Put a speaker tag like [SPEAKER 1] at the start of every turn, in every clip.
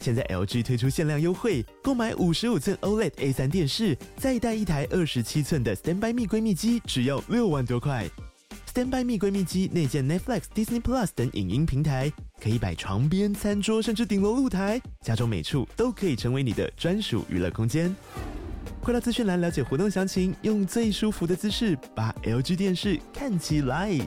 [SPEAKER 1] 现在 LG 推出限量优惠，购买五十五寸 OLED A 3电视，再带一台二十七寸的 Standby 蜜闺蜜机，只要六万多块。Standby 蜜闺蜜机内建 Netflix、Disney Plus 等影音平台，可以摆床边、餐桌，甚至顶楼露台，家中每处都可以成为你的专属娱乐空间。快到资讯栏了解活动详情，用最舒服的姿势把 LG 电视看起来。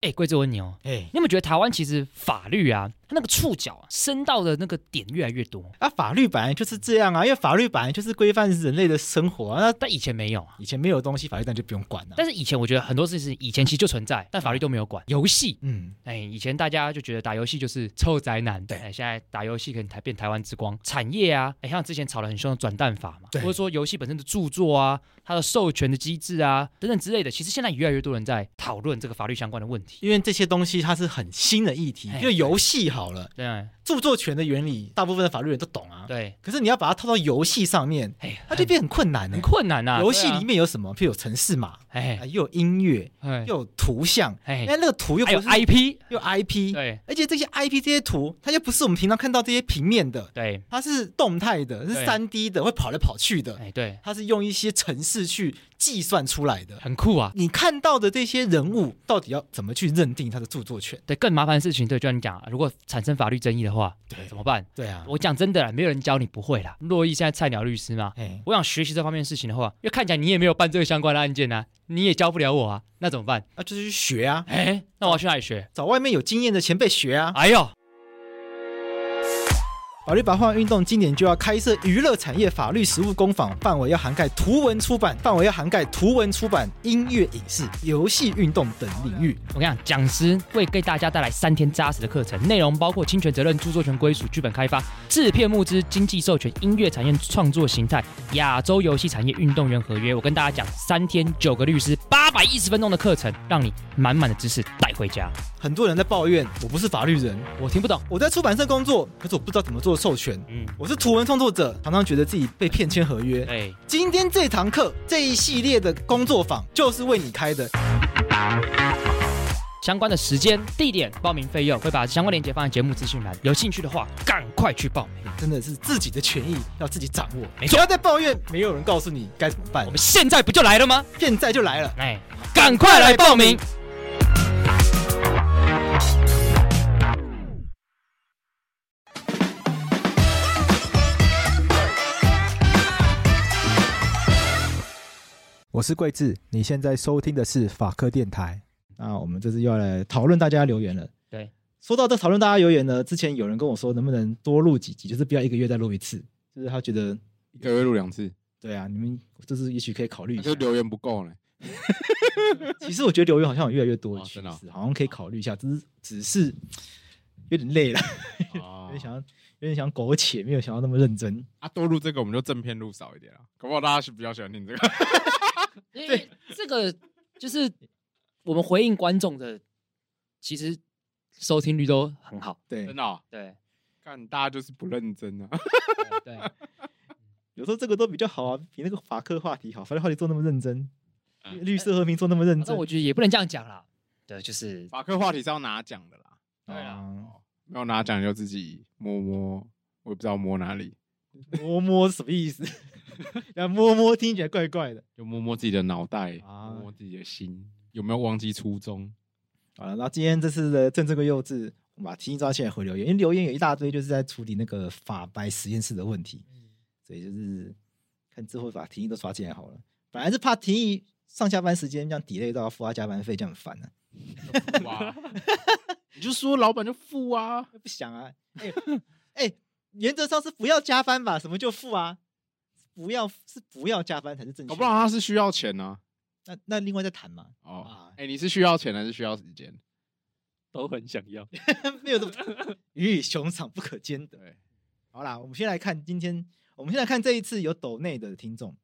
[SPEAKER 2] 哎、贵州问你哦，
[SPEAKER 3] 哎
[SPEAKER 2] 你，有没有觉得台湾其实法律啊，它那个触角啊伸到的那个点越来越多？
[SPEAKER 3] 啊，法律本来就是这样啊，因为法律本来就是规范人类的生活啊。那
[SPEAKER 2] 但以前没有啊。
[SPEAKER 3] 以前没有东西，法律当然就不用管了、啊
[SPEAKER 2] 但是以前我觉得很多事情以前其实就存在，但法律都没有管。游戏，
[SPEAKER 3] 嗯，
[SPEAKER 2] 哎，以前大家就觉得打游戏就是臭宅男，
[SPEAKER 3] 对
[SPEAKER 2] 哎，现在打游戏可能台变台湾之光。产业啊，哎，像之前吵得很凶的转蛋法嘛，
[SPEAKER 3] 对
[SPEAKER 2] 或者说游戏本身的著作啊，它的授权的机制啊等等之类的，其实现在越来越多人在讨论这个法律相关的问题。
[SPEAKER 3] 因为这些东西它是很新的议题，
[SPEAKER 2] 哎
[SPEAKER 3] 因为游戏好了，
[SPEAKER 2] 对
[SPEAKER 3] 著作权的原理，大部分的法律人都懂啊。
[SPEAKER 2] 对，
[SPEAKER 3] 可是你要把它套到游戏上面，
[SPEAKER 2] 哎，
[SPEAKER 3] 它就变很困难
[SPEAKER 2] 很
[SPEAKER 3] 呢、
[SPEAKER 2] 很困难呐、
[SPEAKER 3] 啊游戏里
[SPEAKER 2] 面，
[SPEAKER 3] 面有什么？譬如有城市码，
[SPEAKER 2] 哎
[SPEAKER 3] 啊又有音乐，
[SPEAKER 2] 哎
[SPEAKER 3] 又有图像，
[SPEAKER 2] 哎
[SPEAKER 3] 但那个图又
[SPEAKER 2] 还有
[SPEAKER 3] 不是
[SPEAKER 2] IP，
[SPEAKER 3] 又 IP，
[SPEAKER 2] 对
[SPEAKER 3] 而且这些 IP 这些图，它又不是我们平常看到这些平面的，
[SPEAKER 2] 对，
[SPEAKER 3] 它是动态的，是
[SPEAKER 2] 对
[SPEAKER 3] 3 D 的，会跑来跑去的，
[SPEAKER 2] 哎对，
[SPEAKER 3] 它是用一些程式去计算出来的。
[SPEAKER 2] 很酷啊。
[SPEAKER 3] 你看到的这些人物，到底要怎么去认定他的著作权？
[SPEAKER 2] 对，更麻烦的事情，对，就像你讲啊，如果产生法律争议的话，
[SPEAKER 3] 对
[SPEAKER 2] 怎么办？
[SPEAKER 3] 对啊，
[SPEAKER 2] 我讲真的啦，没有人教你不会啦。洛伊现在菜鸟律师嘛，
[SPEAKER 3] 哎，
[SPEAKER 2] 我想学习这方面的事情的话，因为看起来你也没有办这个相关的案件啊，你也教不了我啊，那怎么办？
[SPEAKER 3] 那就是去学啊，
[SPEAKER 2] 哎，那我要去哪里学？
[SPEAKER 3] 找外面有经验的前辈学啊。
[SPEAKER 2] 哎呦，
[SPEAKER 3] 法律白话运动今年就要开设娱乐产业法律实务工坊，范围要涵盖图文出版，范围要涵盖图文出版、音乐、影视、游戏、运动等领域。
[SPEAKER 2] 我跟你讲，讲师会给大家带来三天扎实的课程，内容包括侵权责任、著作权归属、剧本开发、制片募资、经济授权、音乐产业创作形态、亚洲游戏产业、运动员合约。我跟大家讲，三天九个律师，八百一十分钟的课程，让你满满的知识带回家。
[SPEAKER 3] 很多人在抱怨，我不是法律人，
[SPEAKER 2] 我听不懂，
[SPEAKER 3] 我在出版社工作，可是我不知道怎么做授权。
[SPEAKER 2] 嗯，
[SPEAKER 3] 我是图文创作者，常常觉得自己被骗签合约。
[SPEAKER 2] 对，
[SPEAKER 3] 今天这堂课这一系列的工作坊就是为你开的，
[SPEAKER 2] 相关的时间、地点、报名费用，会把相关链接放在节目资讯栏。有兴趣的话，赶快去报名。
[SPEAKER 3] 真的是自己的权益要自己掌握，
[SPEAKER 2] 没错
[SPEAKER 3] 不要再抱怨没有人告诉你该怎么办
[SPEAKER 2] 我，们现在不就来了吗？
[SPEAKER 3] 现在就来了。
[SPEAKER 2] 哎，赶快来报名！
[SPEAKER 3] 我是桂智，你现在收听的是法科电台。那我们这次又要来讨论大家留言了。
[SPEAKER 2] 对，
[SPEAKER 3] 说到这讨论大家留言呢，之前有人跟我说能不能多录几集，就是不要一个月再录一次，就是他觉得
[SPEAKER 4] 一个月录两次，
[SPEAKER 3] 对啊，你们就是也许可以考虑一
[SPEAKER 4] 可
[SPEAKER 3] 下
[SPEAKER 4] 是。留言不够 呢。
[SPEAKER 3] 其实我觉得留言好像有越来越多的
[SPEAKER 4] 哦
[SPEAKER 3] 趋
[SPEAKER 4] 真的哦
[SPEAKER 3] 势，好像可以考虑一下，只是只是有点累了，有点想要有点想苟且，没有想要那么认真。
[SPEAKER 4] 啊，多录这个我们就正片录少一点啊，搞不好大家是比较喜欢听这个。
[SPEAKER 2] 因为这个就是我们回应观众的，其实收听率都很好。
[SPEAKER 3] 对，
[SPEAKER 4] 真的哦，
[SPEAKER 2] 对
[SPEAKER 4] 看大家就是不认真啊。
[SPEAKER 2] 对，
[SPEAKER 3] 有时候这个都比较好啊，比那个法科话题好，法律话题做那么认真，
[SPEAKER 4] 嗯
[SPEAKER 3] 绿色和平做那么认
[SPEAKER 2] 啊那
[SPEAKER 3] 真，
[SPEAKER 2] 我觉得也不能这样讲啦。对，就是
[SPEAKER 4] 法科话题是要拿奖的啦，
[SPEAKER 2] 对啊
[SPEAKER 3] 啊
[SPEAKER 4] 没有拿奖就自己摸摸，我也不知道摸哪里，
[SPEAKER 3] 摸摸是什么意思？ 然后摸摸听起来怪怪的。
[SPEAKER 4] 就摸摸自己的脑袋，
[SPEAKER 3] 啊
[SPEAKER 4] 摸摸自己的心，有没有忘记初衷？
[SPEAKER 3] 好了，那今天这次的政治跟幼稚，我们把题目抓起来回留言，因为留言有一大堆，就是在处理那个法白实验室的问题，
[SPEAKER 4] 嗯
[SPEAKER 3] 所以就是看之后把题目都抓进来好了。本来是怕题目上下班时间这样 delay 到要付他加班费，这样很烦啊。
[SPEAKER 4] 哇，你就说老板就付啊，
[SPEAKER 3] 不想啊，哎、 哎、原则上是不要加班吧？什么就付啊？不要是不要加班才是正确。
[SPEAKER 4] 搞不好？他是需要钱呢。
[SPEAKER 3] 那那另外再谈嘛，
[SPEAKER 4] 哦
[SPEAKER 3] 啊，
[SPEAKER 4] 哎，你是需要钱还是需要时间？
[SPEAKER 2] 都很想要。
[SPEAKER 3] 没有这么 鱼与熊掌不可兼得。
[SPEAKER 4] 对，
[SPEAKER 3] 好啦，我们先来看今天，我们先来看这一次有抖内的听众。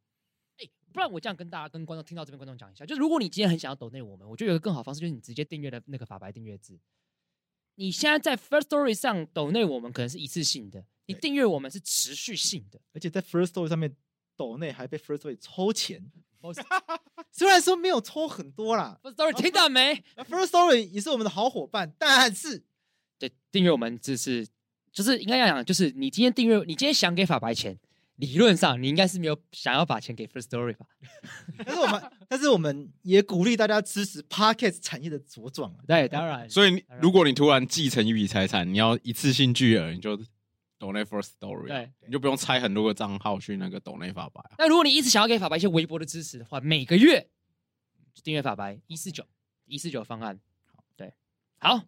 [SPEAKER 2] 不然我这样跟大家、跟观众听到这边观众讲一下，就是如果你今天很想要抖内我们，我觉得有个更好的方式就是你直接订阅的那个法白订阅制。你现在在 First Story 上抖内我们可能是一次性的，你
[SPEAKER 3] 对
[SPEAKER 2] 订阅我们是持续性 的。
[SPEAKER 3] 而且在 First Story 上面，抖内还被 First Story 抽钱，虽然说没有抽很多啦
[SPEAKER 2] First Story 哦听到没？
[SPEAKER 3] 那，First Story 也是我们的好伙伴，但是
[SPEAKER 2] 对，订阅我们只是就是应该要讲，就是你今天订阅，你今天想给法白钱，理论上你应该是没有想要把钱给 First Story 吧？
[SPEAKER 3] 但是我们但是我们也鼓励大家支持 Podcast 产业的茁壮啊。
[SPEAKER 2] 对，当然
[SPEAKER 5] 所以你如果你突然继承一笔财产，你要一次性巨额，你就 donate for story，
[SPEAKER 2] 对，
[SPEAKER 5] 你就不用拆很多个账号去那个 donate 法白啊。
[SPEAKER 2] 那如果你一直想要给法白一些微薄的支持的话，每个月就订阅法白一四九一四九方案。对，好，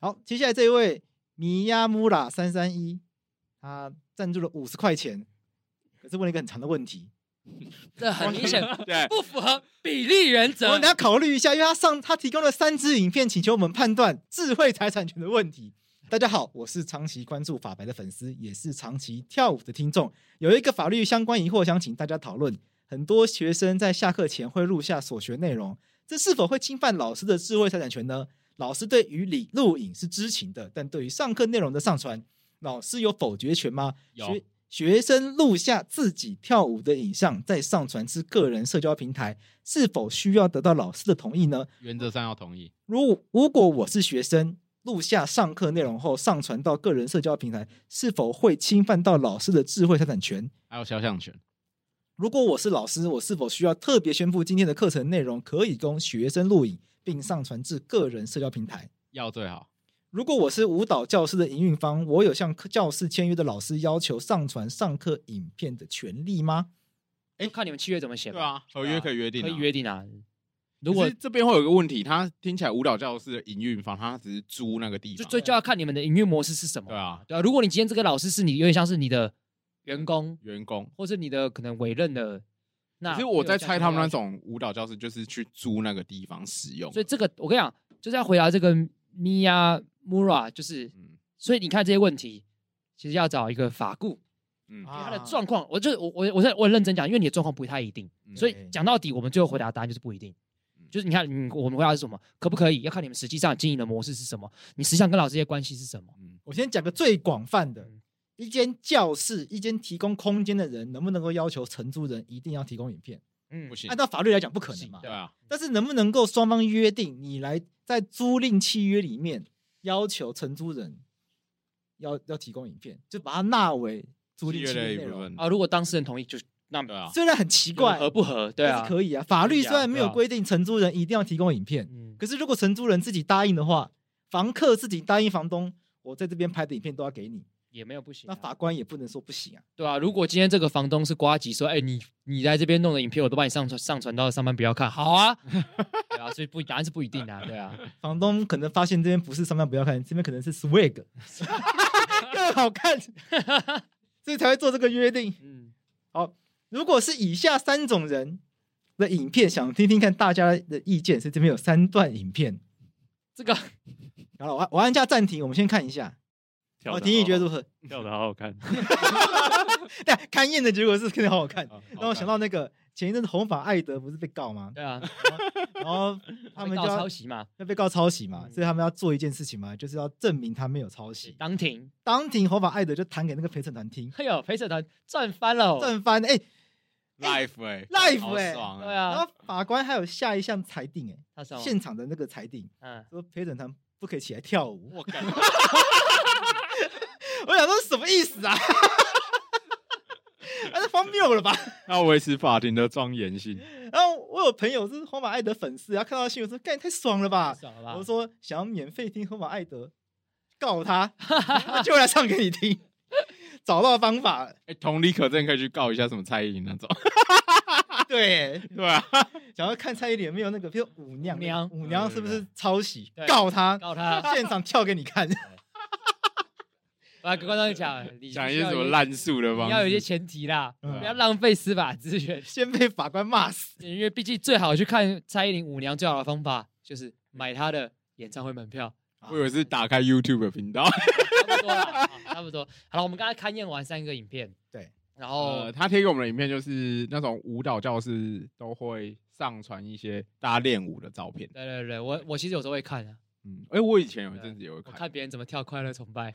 [SPEAKER 3] 好，接下来这一位米亚穆拉三三一，他赞助了五十块钱，可是问了一个很长的问题，
[SPEAKER 2] 这很明显
[SPEAKER 5] 对
[SPEAKER 2] 不符合比例原
[SPEAKER 3] 我
[SPEAKER 2] 则
[SPEAKER 3] 们等。下考虑一下，因为他上他提供了三支影片，请求我们判断智慧财产权的问题。大家好，我是长期关注法白的粉丝，也是长期跳舞的听众。有一个法律相关疑惑，想请大家讨论。很多学生在下课前会录下所学内容，这是否会侵犯老师的智慧财产权呢？老师对于理录影是知情的，但对于上课内容的上传，老师有否决权吗？
[SPEAKER 5] 有
[SPEAKER 3] 学学生录下自己跳舞的影像，再上传至个人社交平台，是否需要得到老师的同意呢？
[SPEAKER 5] 原则上要同意，
[SPEAKER 3] 如如果我是学生，录下上课内容后上传到个人社交平台，是否会侵犯到老师的智慧财产权？
[SPEAKER 5] 还有肖像权。
[SPEAKER 3] 如果我是老师，我是否需要特别宣布今天的课程内容可以供学生录影，并上传至个人社交平台？
[SPEAKER 5] 要最好，
[SPEAKER 3] 如果我是舞蹈教室的营运方，我有向课教室签约的老师要求上传上课影片的权利吗？
[SPEAKER 2] 哎，看你们契约怎么写吧。
[SPEAKER 5] 对啊，合约可以约定、啊，
[SPEAKER 2] 可以约定啊。
[SPEAKER 5] 可
[SPEAKER 2] 如
[SPEAKER 5] 是
[SPEAKER 2] 果
[SPEAKER 5] 这边会有个问题，他听起来舞蹈教室的营运方，他只是租那个地
[SPEAKER 2] 就
[SPEAKER 5] 方，
[SPEAKER 2] 最就要看你们的营运模式是什么。
[SPEAKER 5] 对啊，
[SPEAKER 2] 对啊，如果你今天这个老师是你有点像是你的员工，
[SPEAKER 5] 员工。
[SPEAKER 2] 或是你的可能委任的，那
[SPEAKER 5] 可是我在猜他们那种舞蹈教室就是去租那个地方使用，
[SPEAKER 2] 所以这个我跟你讲，就是要回答这个 Mia Mura，就是
[SPEAKER 5] 嗯
[SPEAKER 2] 所以你看这些问题，其实要找一个法顾，
[SPEAKER 5] 嗯
[SPEAKER 2] 他的状况，我就我我我在我很认真讲，因为你的状况不太一定，
[SPEAKER 5] 嗯
[SPEAKER 2] 所以讲到底，我们最后回答的答案就是不一定
[SPEAKER 5] 嗯。
[SPEAKER 2] 就是你看，嗯，我们回答是什么？可不可以？要看你们实际上经营的模式是什么，你实际上跟老师之间的关系是什么。
[SPEAKER 5] 嗯，
[SPEAKER 3] 我先讲个最广泛的
[SPEAKER 2] 嗯，
[SPEAKER 3] 一间教室，一间提供空间的人，能不能够要求承租人一定要提供影片？
[SPEAKER 2] 嗯
[SPEAKER 5] 不，行
[SPEAKER 3] 按，照法律来讲，不可能嘛
[SPEAKER 5] 对。啊，
[SPEAKER 3] 但是能不能够双方约定，你来在租赁契约里面要求承租人要要提供影片，就把它纳为租
[SPEAKER 5] 契
[SPEAKER 3] 赁
[SPEAKER 5] 约
[SPEAKER 3] 契
[SPEAKER 5] 的
[SPEAKER 3] 约
[SPEAKER 5] 一
[SPEAKER 3] 内
[SPEAKER 5] 部
[SPEAKER 3] 容。
[SPEAKER 5] 分，
[SPEAKER 2] 啊，如果当事人同意，就那
[SPEAKER 5] 对啊，
[SPEAKER 3] 虽然很奇怪，
[SPEAKER 2] 合不合？对
[SPEAKER 3] 但
[SPEAKER 2] 啊，
[SPEAKER 3] 是可以啊。法律
[SPEAKER 2] 可以啊
[SPEAKER 3] 虽然没有
[SPEAKER 2] 对啊
[SPEAKER 3] 规定承租人一定要提供影片，
[SPEAKER 2] 嗯，
[SPEAKER 3] 可是如果承租人自己答应的话，房客自己答应房东，我在这边拍的影片都要给你，
[SPEAKER 2] 也没有不行、
[SPEAKER 3] 那
[SPEAKER 2] 啊。
[SPEAKER 3] 法官也不能说不行啊。
[SPEAKER 2] 对啊，如果今天这个房东是瓜吉说，哎、你你在这边弄的影片，我都把你上传上传到上班不要看，好 啊，对啊，所以不答案是不一定的、啊，对啊，
[SPEAKER 3] 房东可能发现这边不是上班不要看，这边可能是 swag，更好看，所以才会做这个约定。
[SPEAKER 2] 嗯，
[SPEAKER 3] 如果是以下三种人的影片，想听听看大家的意见，所以这边有三段影片。
[SPEAKER 2] 这个
[SPEAKER 3] 好了，我按我按下暂停，我们先看一下。
[SPEAKER 6] 跳
[SPEAKER 3] 我
[SPEAKER 6] 的
[SPEAKER 3] 婷你觉得如何？
[SPEAKER 6] 跳的好好看，
[SPEAKER 3] 但勘验的结果是肯定好好看，
[SPEAKER 5] 啊
[SPEAKER 3] 让我想到那个前一阵子红发艾德不是被告吗？
[SPEAKER 2] 对啊，
[SPEAKER 3] 然后他们就
[SPEAKER 2] 告
[SPEAKER 3] 要
[SPEAKER 2] 抄袭嘛，
[SPEAKER 3] 要被告抄袭嘛，
[SPEAKER 2] 嗯
[SPEAKER 3] 所以他们要做一件事情嘛，就是要证明他没有抄袭。
[SPEAKER 2] 当庭，
[SPEAKER 3] 当庭红发艾德就弹给那个陪审团听，
[SPEAKER 2] 哎呦，陪审团赚翻了哦，
[SPEAKER 3] 正翻哎、
[SPEAKER 5] life 哎
[SPEAKER 3] Life，
[SPEAKER 5] 好
[SPEAKER 3] 哎
[SPEAKER 5] 爽
[SPEAKER 2] 对
[SPEAKER 5] 哎，
[SPEAKER 2] 啊，
[SPEAKER 3] 然后法官还有下一项裁定哎、
[SPEAKER 2] 他什么？
[SPEAKER 3] 现啊场的那个裁定欸
[SPEAKER 2] 嗯，
[SPEAKER 3] 说陪审团不可以起来跳舞，
[SPEAKER 5] 我 感
[SPEAKER 3] 我想说什么意思啊？ 啊，这荒谬了吧？
[SPEAKER 5] 要维持法庭的庄 严性，
[SPEAKER 3] 然后我有朋友是红发艾德粉丝，他看到新闻说，干太爽了吧？
[SPEAKER 2] 爽了吧？
[SPEAKER 3] 我说想要免费听《红马艾德》，告 他，我就来唱给你听。找到方法了，
[SPEAKER 5] 哎，同理可证可以去告一下什么蔡依林那种，
[SPEAKER 3] 对，
[SPEAKER 5] 对啊，
[SPEAKER 3] 想要看蔡依林有没有那个，比如舞娘，
[SPEAKER 2] 舞娘
[SPEAKER 3] 舞娘是不是抄袭
[SPEAKER 2] 对？
[SPEAKER 3] 告他，
[SPEAKER 2] 告他，
[SPEAKER 3] 现场跳给你看。
[SPEAKER 2] 我要跟观众 讲，你
[SPEAKER 5] 讲一
[SPEAKER 2] 需
[SPEAKER 5] 些
[SPEAKER 2] 要
[SPEAKER 5] 什
[SPEAKER 2] 有
[SPEAKER 5] 么
[SPEAKER 2] 一些，
[SPEAKER 5] 烂数的方
[SPEAKER 2] 你
[SPEAKER 5] 式，
[SPEAKER 2] 要有一些前提啦，
[SPEAKER 3] 嗯
[SPEAKER 2] 不要浪费司法资源，
[SPEAKER 3] 先被法官骂死，
[SPEAKER 2] 因为毕竟最好去看蔡依林舞娘最好的方法就是买她的演唱会门票。
[SPEAKER 5] 我以
[SPEAKER 3] 啊
[SPEAKER 5] 为是打开 YouTube 的频道，
[SPEAKER 2] 差不多啦，啊差不多。好了，我们刚才勘验完三个影片，
[SPEAKER 3] 对，
[SPEAKER 2] 然后
[SPEAKER 5] 呃，他贴给我们的影片就是那种舞蹈教室都会上传一些大家练舞的照片。
[SPEAKER 2] 对对对，我我其实有时候会看啊，
[SPEAKER 5] 嗯，哎、我以前有一阵子也会
[SPEAKER 2] 我
[SPEAKER 5] 看，
[SPEAKER 2] 看别人怎么跳快乐崇拜，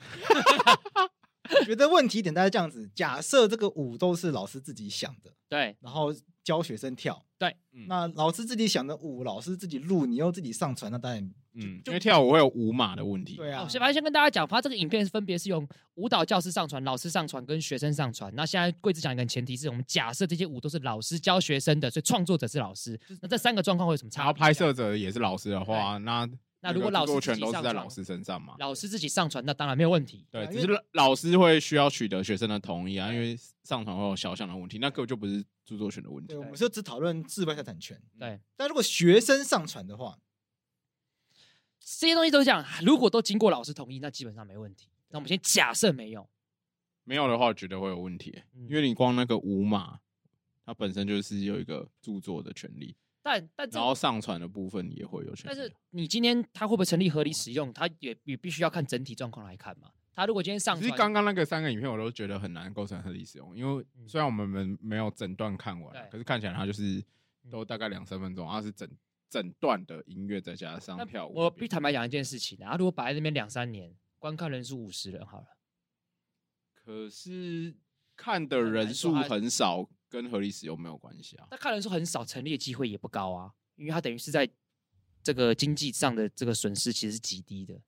[SPEAKER 3] 我觉得问题点大概这样子：假设这个舞都是老师自己想的，
[SPEAKER 2] 对
[SPEAKER 3] 然后教学生跳，
[SPEAKER 2] 对，
[SPEAKER 5] 嗯
[SPEAKER 3] 那老师自己想的舞，老师自己录，你又自己上传，那当然
[SPEAKER 5] 嗯，
[SPEAKER 3] 就
[SPEAKER 5] 因为跳舞会有舞码的问题。
[SPEAKER 3] 对啊
[SPEAKER 2] 哦，，先反正先跟大家讲，他这个影片分别是用舞蹈教师上传、老师上传跟学生上传。那现在贵子讲一个前提是我们假设这些舞都是老师教学生的，所以创作者是老师。那这三个状况会有什么
[SPEAKER 5] 然
[SPEAKER 2] 差
[SPEAKER 5] 后
[SPEAKER 2] 别？
[SPEAKER 5] 拍摄者也是老师的话，那
[SPEAKER 2] 那如果
[SPEAKER 5] 个
[SPEAKER 2] 老师
[SPEAKER 5] 著作
[SPEAKER 2] 自
[SPEAKER 5] 权
[SPEAKER 2] 己
[SPEAKER 5] 都是
[SPEAKER 2] 上
[SPEAKER 5] 在
[SPEAKER 2] 传
[SPEAKER 5] 老师身上嘛？
[SPEAKER 2] 老师自己上传，那当然没有问题。
[SPEAKER 3] 对
[SPEAKER 5] 对，
[SPEAKER 3] 啊
[SPEAKER 5] 只
[SPEAKER 3] 因为
[SPEAKER 5] 是老师会需要取得学生的同意啊，因为上传会有肖像的问题，那根本就不是著作权的问题啊
[SPEAKER 3] 对，。我们就只讨论自拍财产权。
[SPEAKER 2] 对，
[SPEAKER 3] 但如果学生上传的话，
[SPEAKER 2] 这些东西都是这样，如果都经过老师同意，那基本上没问题。那我们先假设没有，
[SPEAKER 5] 没有的话，绝对会有问题、
[SPEAKER 2] 嗯
[SPEAKER 5] 因为你光那个舞码，它本身就是有一个著作的权利，
[SPEAKER 2] 但但这
[SPEAKER 5] 然后上传的部分也会有权利。啊
[SPEAKER 2] 但是你今天它会不会成立合理使用，它也也必须要看整体状况来看嘛。他如果今天上
[SPEAKER 5] 其实
[SPEAKER 2] 传，
[SPEAKER 5] 刚刚那个三个影片我都觉得很难构成合理使用，因为
[SPEAKER 2] 嗯
[SPEAKER 5] 虽然我们没没有整段看完啊，
[SPEAKER 2] 对嗯
[SPEAKER 5] 可是看起来它就是都大概两三分钟，然后是整整段的音乐再加上
[SPEAKER 2] 那
[SPEAKER 5] 跳舞
[SPEAKER 2] 我
[SPEAKER 5] 那
[SPEAKER 2] 必
[SPEAKER 5] 边。
[SPEAKER 2] 坦白讲一件事情啊，如果摆在那边两三年，观看人数五十人好了，
[SPEAKER 5] 可是看的
[SPEAKER 2] 很难
[SPEAKER 5] 人
[SPEAKER 2] 说啊
[SPEAKER 5] 数
[SPEAKER 2] 它
[SPEAKER 5] 很少，跟合理使用没有关系啊。
[SPEAKER 2] 那看人数很少，成立的机会也不高啊，因为它等于是在这个经济上的这个损失其实是极低的。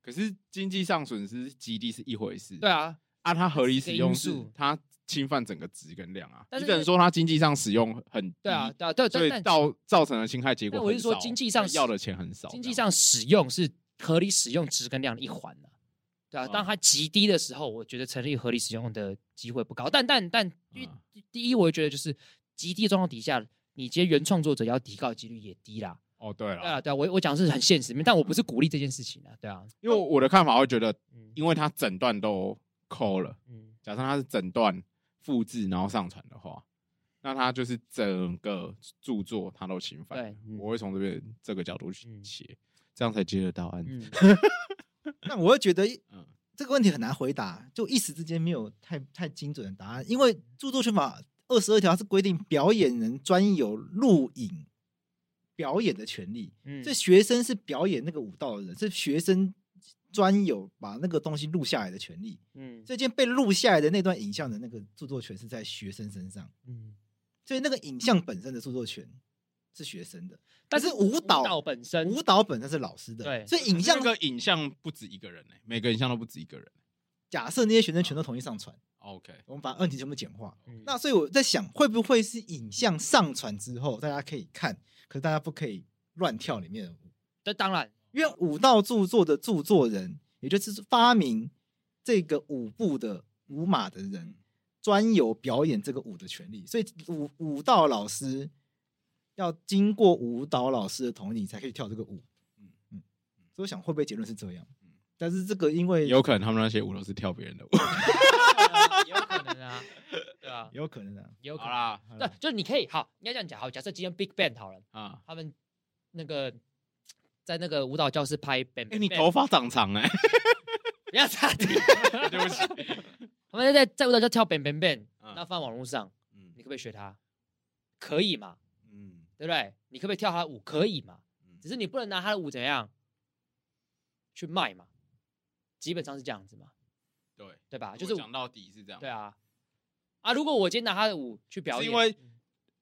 [SPEAKER 5] 可是经济上损失极低是一回事，
[SPEAKER 2] 对啊，
[SPEAKER 5] 啊，它合理使用
[SPEAKER 2] 这是一个
[SPEAKER 5] 是
[SPEAKER 2] 因素
[SPEAKER 5] 它侵犯整个值跟量啊，
[SPEAKER 2] 但
[SPEAKER 5] 你
[SPEAKER 2] 是
[SPEAKER 5] 只能说它经济上使用很低
[SPEAKER 2] 对啊，，对啊，对，
[SPEAKER 5] 所以
[SPEAKER 2] 但但
[SPEAKER 5] 造造成的侵害结果
[SPEAKER 2] 但我是
[SPEAKER 5] 很
[SPEAKER 2] 说
[SPEAKER 5] 少
[SPEAKER 2] 经济上
[SPEAKER 5] 要的钱很少，
[SPEAKER 2] 经济
[SPEAKER 5] 这
[SPEAKER 2] 上
[SPEAKER 5] 样
[SPEAKER 2] 使用是合理使用值跟量的一环呢、对啊，
[SPEAKER 5] 嗯
[SPEAKER 2] 当它极低的时候，我觉得成立合理使用的机会不高。但但但，因为
[SPEAKER 5] 嗯
[SPEAKER 2] 第第一，我觉得就是极低的状况底下，你接原创作者要提高的几率也低啦。
[SPEAKER 5] 哦，对
[SPEAKER 2] 对
[SPEAKER 5] 了，
[SPEAKER 2] 啊，对啊，我我讲的是很现实，但我不是鼓励这件事情啊。对啊，
[SPEAKER 5] 因为我的看法会觉得，
[SPEAKER 2] 嗯
[SPEAKER 5] 因为它整段都扣了，
[SPEAKER 2] 嗯，
[SPEAKER 5] 假设它是整段复制然后上传的话，那它就是整个著作它都侵犯。
[SPEAKER 2] 对嗯
[SPEAKER 5] 我会从这边这个角度去
[SPEAKER 2] 嗯
[SPEAKER 5] 切，这样才接得到案子。
[SPEAKER 2] 嗯，
[SPEAKER 3] 那我会觉得
[SPEAKER 5] 嗯
[SPEAKER 3] 这个问题很难回答，就一时之间没有太太精准的答案，因为著作权法二十二条是规定表演人专有录影表演的权利，
[SPEAKER 2] 嗯
[SPEAKER 3] 所以学生是表演那个舞蹈的人，是学生专有把那个东西录下来的权利。
[SPEAKER 2] 嗯
[SPEAKER 3] 最近被录下来的那段影像的那个著作权是在学生身上，
[SPEAKER 2] 嗯，
[SPEAKER 3] 所以那个影像本身的著作权是学生的，
[SPEAKER 2] 但
[SPEAKER 3] 可
[SPEAKER 2] 是
[SPEAKER 3] 是舞蹈
[SPEAKER 2] 本身，
[SPEAKER 3] 舞蹈本身是老师的，
[SPEAKER 2] 对
[SPEAKER 3] 所以影像
[SPEAKER 5] 那个影像不止一个人呢、每个影像都不止一个人。
[SPEAKER 3] 假设那些学生全都同意上传，
[SPEAKER 5] OK，
[SPEAKER 3] 我们把问题全部简化。
[SPEAKER 2] 嗯
[SPEAKER 3] 那所以我在想，会不会是影像上传之后，大家可以看，可是大家不可以乱跳里面的舞，
[SPEAKER 2] 这当 然，
[SPEAKER 3] 因为舞蹈著作的著作人，也就是发明这个舞步的舞码的人，专有表演这个舞的权利。所以舞舞蹈老师要经过舞蹈老师的同意，你才可以跳这个舞。嗯
[SPEAKER 5] 嗯
[SPEAKER 3] 嗯，所以我想会不会结论是这样？但是这个因为
[SPEAKER 5] 有可能他们那些舞都是跳别人的舞。
[SPEAKER 2] 有可能啊，对啊，
[SPEAKER 3] 有可能啊，
[SPEAKER 2] 有可
[SPEAKER 5] 好
[SPEAKER 2] 能。嗯
[SPEAKER 5] 啦，
[SPEAKER 2] 对，就是你可以好，应该这样讲好。假设今天 Big Bang 好了，
[SPEAKER 5] 啊，
[SPEAKER 2] 他们那个在那个舞蹈教室拍 Bang，
[SPEAKER 5] 哎，你
[SPEAKER 2] Bang
[SPEAKER 5] 头发长长哎，
[SPEAKER 2] 不要插地，
[SPEAKER 5] 对不起，
[SPEAKER 2] 他们在在舞蹈教室跳 Bang Bang Bang，
[SPEAKER 5] 嗯
[SPEAKER 2] 那放网络上，
[SPEAKER 5] 嗯
[SPEAKER 2] 你可不可以学他？可以嘛，
[SPEAKER 5] 嗯，
[SPEAKER 2] 对不对？你可不可以跳他的舞？可以嘛，
[SPEAKER 5] 嗯
[SPEAKER 2] 只是你不能拿他的舞怎样去卖嘛，基本上是这样子嘛，
[SPEAKER 5] 对
[SPEAKER 2] 对吧？啊就
[SPEAKER 5] 就是是讲到底是这样。
[SPEAKER 2] 对啊，啊，如果我今天拿他的舞去表
[SPEAKER 5] 是
[SPEAKER 2] 演，
[SPEAKER 5] 因为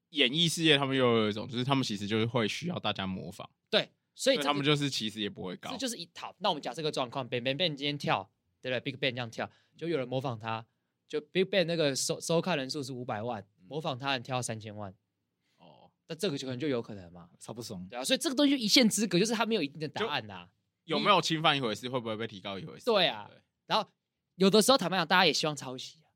[SPEAKER 5] 演艺事业他们又有一种，就是他们其实就是会需要大家模仿，
[SPEAKER 2] 对，所
[SPEAKER 5] 所
[SPEAKER 2] 以
[SPEAKER 5] 以
[SPEAKER 2] 这
[SPEAKER 5] 他
[SPEAKER 2] 个
[SPEAKER 5] 们就是其实也不会高
[SPEAKER 2] 这。就是一套。那我们假设个状况，Bang Bang Bang 今天跳，对不对？Big Bang 这样跳，就有人模仿他，就 Big Bang 那个收收看人数是五百万，模仿他人跳到三千万，
[SPEAKER 5] 哦，
[SPEAKER 2] 那这个就可能就有可能嘛，
[SPEAKER 3] 超不松。
[SPEAKER 2] 对啊，所以这个东西就一线之隔，就是他没有一定的答案呐、
[SPEAKER 5] 有
[SPEAKER 3] 嗯
[SPEAKER 5] 没有侵犯一回事，会不会被提高一回事？
[SPEAKER 2] 对啊然后有的时候坦白讲，大家也希望抄袭、啊，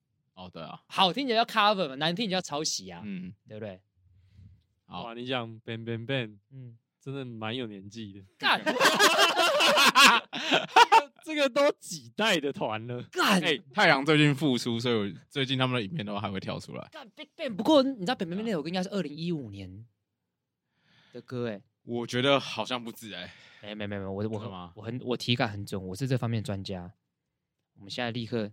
[SPEAKER 5] 哦，对啊，
[SPEAKER 2] 好听点叫 cover 嘛，难听点叫抄袭啊，
[SPEAKER 5] 嗯，
[SPEAKER 2] 对不对？
[SPEAKER 5] 好
[SPEAKER 6] 哇，你讲 Ben Ben Ben
[SPEAKER 2] 嗯，
[SPEAKER 6] 真的蛮有年纪的，
[SPEAKER 2] 干
[SPEAKER 6] 这个都几代的团了。
[SPEAKER 2] 干
[SPEAKER 5] 哎，太阳最近复苏，所以我最近他们的影片都还会跳出来。
[SPEAKER 2] 干 Big Bang，不过你知道 Bang Bang Bang 那首歌应该是二零一五年的歌哎、
[SPEAKER 5] 我觉得好像不止哎，
[SPEAKER 2] 没没没没，我我
[SPEAKER 5] 真的
[SPEAKER 2] 很
[SPEAKER 5] 吗
[SPEAKER 2] 我很我体感很准，我是这方面专家。我们现在立刻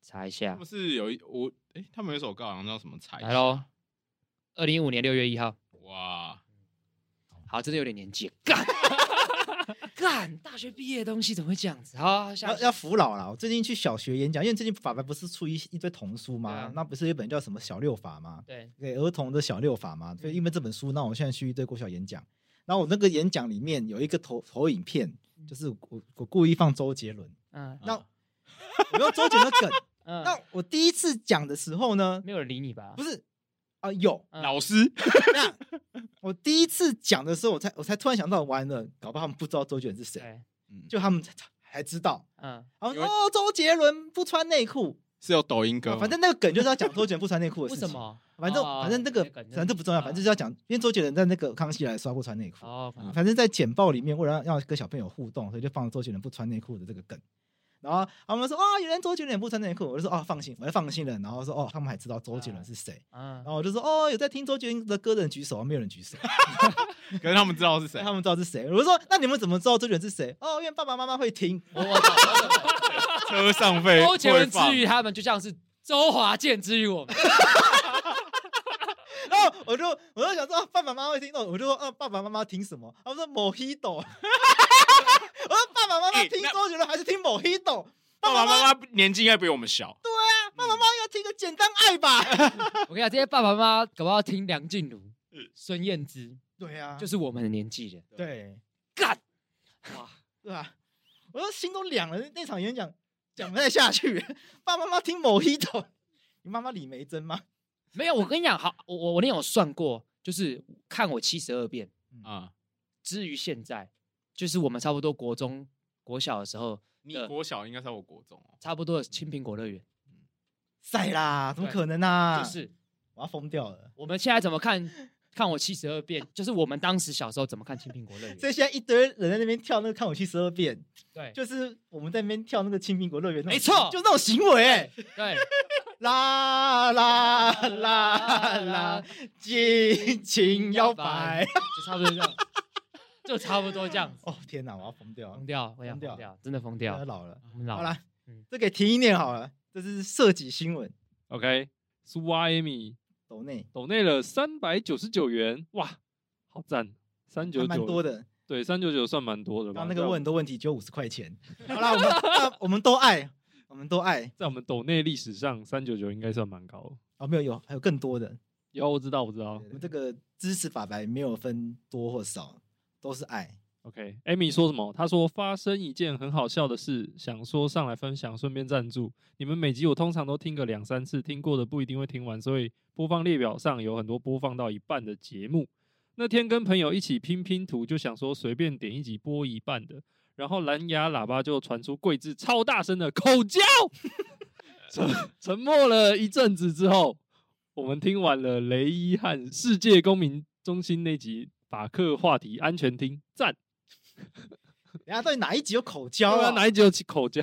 [SPEAKER 2] 查一
[SPEAKER 5] 他
[SPEAKER 2] 下
[SPEAKER 5] 们，是有一我哎、他们有一首歌好像叫什么彩
[SPEAKER 2] 来喽，二零一五年六月一号，
[SPEAKER 5] 哇，
[SPEAKER 2] 好，真的有点年纪，干干，大学毕业的东西怎么会这样子？好，下
[SPEAKER 3] 要要扶老了。我最近去小学演讲，因为最近法白不是出一一堆童书吗？
[SPEAKER 2] 对啊
[SPEAKER 3] 那不是有一本叫什么小六法吗？
[SPEAKER 2] 对，
[SPEAKER 3] 给儿童的小六法嘛，所以因为这本书，那我现在去对国小演讲，然后我那个演讲里面有一个投投影片，就是我我故意放周杰伦，
[SPEAKER 2] 嗯
[SPEAKER 3] 那我用周杰伦的梗。
[SPEAKER 2] 嗯，
[SPEAKER 3] 啊那我第一次讲的时候呢，
[SPEAKER 2] 没有人理你吧？
[SPEAKER 3] 不
[SPEAKER 2] 是，
[SPEAKER 3] 是啊、有
[SPEAKER 2] 嗯
[SPEAKER 5] 老师，
[SPEAKER 3] 我第一次讲的时候，我才我才突然想到，完了，搞不好他们不知道周杰伦是谁，
[SPEAKER 2] 对，
[SPEAKER 3] 就他们才还知道。
[SPEAKER 2] 嗯，
[SPEAKER 3] 然后
[SPEAKER 5] 因为
[SPEAKER 3] 哦，周杰伦不穿内裤，
[SPEAKER 5] 是有抖音歌吗、
[SPEAKER 3] 啊反正那个梗就是要讲周杰伦不穿内裤的
[SPEAKER 2] 为
[SPEAKER 3] 事
[SPEAKER 2] 什
[SPEAKER 3] 情。？
[SPEAKER 2] 么？
[SPEAKER 3] 反正
[SPEAKER 2] 哦
[SPEAKER 3] 反正那个
[SPEAKER 2] 这梗
[SPEAKER 3] 反正这不重要，
[SPEAKER 2] 啊
[SPEAKER 3] 反正就是要讲，因为周杰伦在那个康熙来的时候他不穿内裤。
[SPEAKER 2] 哦，
[SPEAKER 5] 嗯
[SPEAKER 3] 反正在简报里面，为了让跟小朋友互动，所以就放了周杰伦不穿内裤的这个梗。然后他们说啊、原来周杰伦也不穿内裤，我就说哦，放心，我就放心了。然后说哦，他们还知道周杰伦是谁。
[SPEAKER 2] 嗯
[SPEAKER 3] 然，后我就说哦，有在听周杰伦的歌的人举手，没有人举手，
[SPEAKER 5] 可是他们知道是谁
[SPEAKER 3] 但，他们知道是谁。我就说那你们怎么知道周杰伦是谁？哦，因为爸爸妈妈会听。
[SPEAKER 2] 我我懂我懂。
[SPEAKER 5] 车上飞
[SPEAKER 2] 嗯周杰伦之
[SPEAKER 5] 会放
[SPEAKER 2] 于他们，就像是周华健之于我们。
[SPEAKER 3] 然后我就我就想说、啊爸爸妈妈会听，那我就说啊爸爸妈妈听什么？他们说某 h i t o 我说爸爸妈妈
[SPEAKER 5] 欸
[SPEAKER 3] 听
[SPEAKER 5] 那
[SPEAKER 3] 周杰伦还是听某 h i t o
[SPEAKER 5] 爸爸妈妈年纪应该比我们小，
[SPEAKER 3] 啊爸爸妈妈要听个简单爱吧？
[SPEAKER 2] 我跟你讲，这些爸爸妈妈搞不好听梁静茹、孙燕姿，
[SPEAKER 3] 对呀、啊，
[SPEAKER 2] 就是是我们的年纪人。
[SPEAKER 3] 对。
[SPEAKER 2] 干，
[SPEAKER 3] 对吧？我都心都凉了，那那场演讲讲不太下去。爸爸妈妈听某一头，你妈妈李梅珍吗？
[SPEAKER 2] 没有，我跟你讲，好，我我我那天有算过，就是看我七十二变，
[SPEAKER 5] 啊、
[SPEAKER 2] 之于现在，就是我们差不多国中、国小的时候，
[SPEAKER 5] 你国小应该在我国中哦，
[SPEAKER 2] 差不多的青苹果乐园，
[SPEAKER 3] 晒啦，怎么可能啊？
[SPEAKER 2] 就是
[SPEAKER 3] 我要疯掉了。
[SPEAKER 2] 我们现在怎么看？看我七十二变，就是我们当时小时候怎么看青苹果乐园？
[SPEAKER 3] 所以现在一堆人在那边跳那个看我去十二变，
[SPEAKER 2] 对
[SPEAKER 3] 就是我们在那边跳那个青苹果乐园那种，
[SPEAKER 2] 没错
[SPEAKER 3] 就那种行为、欸，
[SPEAKER 2] 对，
[SPEAKER 3] 啦啦啦啦，尽情摇摆。
[SPEAKER 2] 就差不多这样，就差不多这样子。
[SPEAKER 3] 哦天哪，我要疯掉了
[SPEAKER 2] 疯！掉，我想
[SPEAKER 3] 疯掉
[SPEAKER 2] 疯掉，真的疯
[SPEAKER 3] 我要
[SPEAKER 2] 掉。
[SPEAKER 3] 老了。
[SPEAKER 2] 我们老
[SPEAKER 3] 好
[SPEAKER 2] 了，
[SPEAKER 3] 啦
[SPEAKER 2] 嗯，
[SPEAKER 3] 这给停一念好了，这是涉及新闻，
[SPEAKER 6] OK，苏阿 Amy
[SPEAKER 3] 抖内
[SPEAKER 6] 抖内了三百九十九元，哇，好赞，三
[SPEAKER 3] 还
[SPEAKER 6] 九啊
[SPEAKER 3] 蛮
[SPEAKER 6] 九
[SPEAKER 3] 多的。
[SPEAKER 6] 对，三九九算蛮多的吧。
[SPEAKER 3] 刚刚那个
[SPEAKER 6] 在我
[SPEAKER 3] 问很多问题，只有五十块钱。好啦，我们 那我们都爱，我们都爱。
[SPEAKER 6] 在我们抖内历史上，三九九应该算蛮高的。
[SPEAKER 3] 哦，没有有，还有更多的。
[SPEAKER 6] 有，我知道，我知道
[SPEAKER 3] 我。们这个支持法白没有分多或少，都是 爱。
[SPEAKER 6] OK，Amy 说什么？她说发生一件很好笑的事，想说上来分享，顺便赞助。你们每集我通常都听个两三次，听过的不一定会听完，所以播放列表上有很多播放到一半的节目。那天跟朋友一起拼拼图，就想说随便点一集播一半的，然后蓝牙喇叭就传出桂枝超大声的口叫，沉 沉默了一阵子之后，我们听完了雷伊汉世界公民中心那集法克话题安全厅，赞。
[SPEAKER 3] 人家到底哪一集有口交
[SPEAKER 6] 对
[SPEAKER 3] 啊？
[SPEAKER 6] 啊，哪一集有起口交？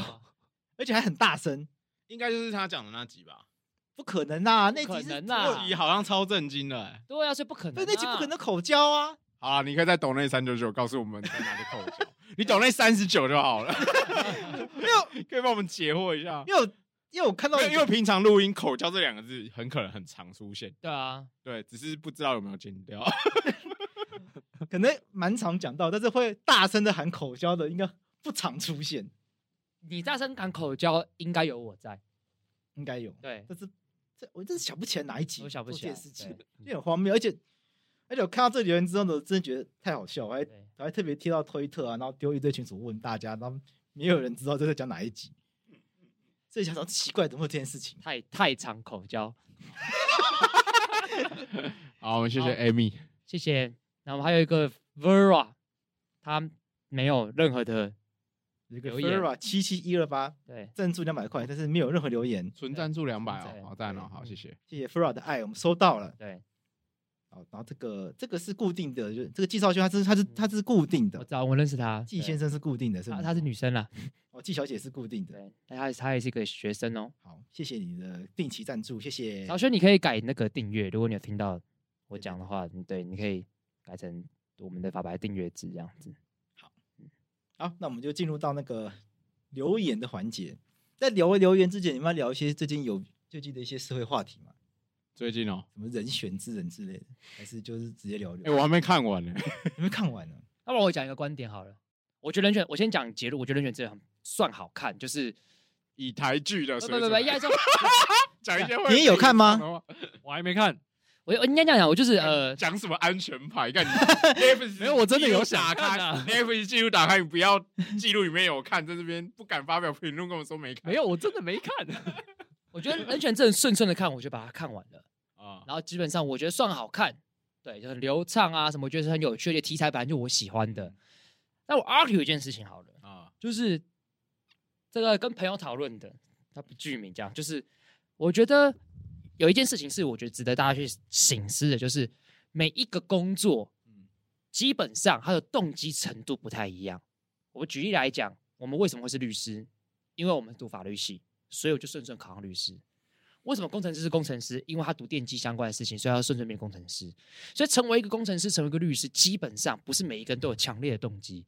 [SPEAKER 3] 而且还很大声，
[SPEAKER 5] 应该就是他讲的那集吧。
[SPEAKER 3] 不可能啊！那
[SPEAKER 2] 不可
[SPEAKER 3] 集是
[SPEAKER 2] 能啊
[SPEAKER 5] 那集好像超震惊的、欸，
[SPEAKER 2] 对啊，所以不可能、
[SPEAKER 3] 对，
[SPEAKER 2] 啊，
[SPEAKER 3] 那集不可能口交啊！
[SPEAKER 5] 好啊，你可以在抖内三九九告诉我们在哪里扣脚，你抖内三十九就好了。 没有，可以帮我们解惑一下。
[SPEAKER 3] 因为我因为我看到
[SPEAKER 5] 因为因为平常录音“口交”这两个字很可能很常出现，
[SPEAKER 2] 对啊，
[SPEAKER 5] 对，只是不知道有没有剪掉。
[SPEAKER 3] 可能蛮常讲到，但是会大声的喊口交的，应该不常出现，
[SPEAKER 2] 你大声喊口交应该有我在，
[SPEAKER 3] 应该有。
[SPEAKER 2] 对，
[SPEAKER 3] 但是这我真是想不起来哪一集
[SPEAKER 2] 我想不
[SPEAKER 3] 做
[SPEAKER 2] 起
[SPEAKER 3] 这
[SPEAKER 2] 来
[SPEAKER 3] 件事情
[SPEAKER 2] 对，嗯
[SPEAKER 3] 有点荒谬，而且而且我看到这留言之后呢，真的觉得太好笑，我还
[SPEAKER 2] 对，
[SPEAKER 3] 我还特别贴到推特啊，然后丢一堆群组问大家，然后没有人知道这在讲哪一集，
[SPEAKER 2] 嗯
[SPEAKER 3] 所以想说奇怪，怎么会有这件事情？
[SPEAKER 2] 太太长口交，
[SPEAKER 5] 好，我们谢
[SPEAKER 2] 好
[SPEAKER 5] 谢 Amy。
[SPEAKER 2] 谢谢。然后我们还有一个 Vera，他没有任何的
[SPEAKER 3] 有一个
[SPEAKER 2] 留言
[SPEAKER 3] Ferra 七七一二八
[SPEAKER 2] 对，
[SPEAKER 3] 赞助两百块，但是没有任何留言，
[SPEAKER 5] 纯赞助两百
[SPEAKER 2] 对
[SPEAKER 5] 哦，好赞哦，好谢谢。
[SPEAKER 3] 谢谢 Ferra 的爱，我们收到了。
[SPEAKER 2] 对，
[SPEAKER 3] 好，然后这个这个是固定的，就是这个季少轩，他是他是他是固定
[SPEAKER 2] 嗯我
[SPEAKER 3] 的
[SPEAKER 2] 知，道，我认识他，
[SPEAKER 3] 季先
[SPEAKER 2] 生，
[SPEAKER 3] 生是固定的，是
[SPEAKER 2] 她
[SPEAKER 3] 吗？
[SPEAKER 2] 她是女生啦，
[SPEAKER 3] 哦，季小姐是固定的。
[SPEAKER 2] 对，但她她也是一个学生哦。
[SPEAKER 3] 好，谢谢你的定期赞助，谢谢。
[SPEAKER 2] 小轩，你可以改那个订阅，如果你有听到我讲的话，你对，你可以改成我们的法白订阅制这样子。
[SPEAKER 3] 好，那我们就进入到那个留言的环节。在聊留言之前，你们要聊一些最近有最近的一些社会话题嘛？
[SPEAKER 5] 最近哦，
[SPEAKER 3] 什么人选之人之类的，还是就是直接聊？
[SPEAKER 5] 哎，我还没看完呢。
[SPEAKER 3] 你们看完了？
[SPEAKER 2] 那不然我讲一个观点好了。我觉得人选，我先讲结论。我觉得人选这样算好看，就是
[SPEAKER 5] 以台剧的
[SPEAKER 2] 不
[SPEAKER 5] 水
[SPEAKER 2] 不
[SPEAKER 5] 准
[SPEAKER 2] 不不，
[SPEAKER 5] 来
[SPEAKER 2] 应该说，
[SPEAKER 5] 讲一些会
[SPEAKER 3] 你也有看吗
[SPEAKER 5] 的话？
[SPEAKER 6] 我还没看，
[SPEAKER 2] 我我应该这样讲，我 就是呃，
[SPEAKER 5] 讲什么安全牌？干你 Netflix
[SPEAKER 6] 没有我真的有
[SPEAKER 5] 记录打
[SPEAKER 6] 想看
[SPEAKER 5] 开
[SPEAKER 6] 啊
[SPEAKER 5] Netflix 记录打开，你不要记录里面有看，在这边不敢发表评论，跟我说没看
[SPEAKER 6] 没有，我真的没看。
[SPEAKER 2] 我觉得人选这顺顺的看，我就把它看完了。
[SPEAKER 5] 啊。
[SPEAKER 2] 然后基本上我觉得算好看，对，就很流畅啊什么，我觉得是很有趣，而且题材本来就我喜欢的。那我 argue 一件事情好了，
[SPEAKER 5] 啊，
[SPEAKER 2] 就是这个跟朋友讨论的，他不具名这样，就是我觉得有一件事情是我觉得值得大家去醒思的，就是每一个工作，基本上它的动机程度不太一样。我举例来讲，我们为什么会是律师？因为我们读法律系，所以我就顺顺考上律师。为什么工程师是工程师？因为他读电机相关的事情，所以他顺顺变工程师。所以成为一个工程师，成为一个律师，基本上不是每一个人都有强烈的动机。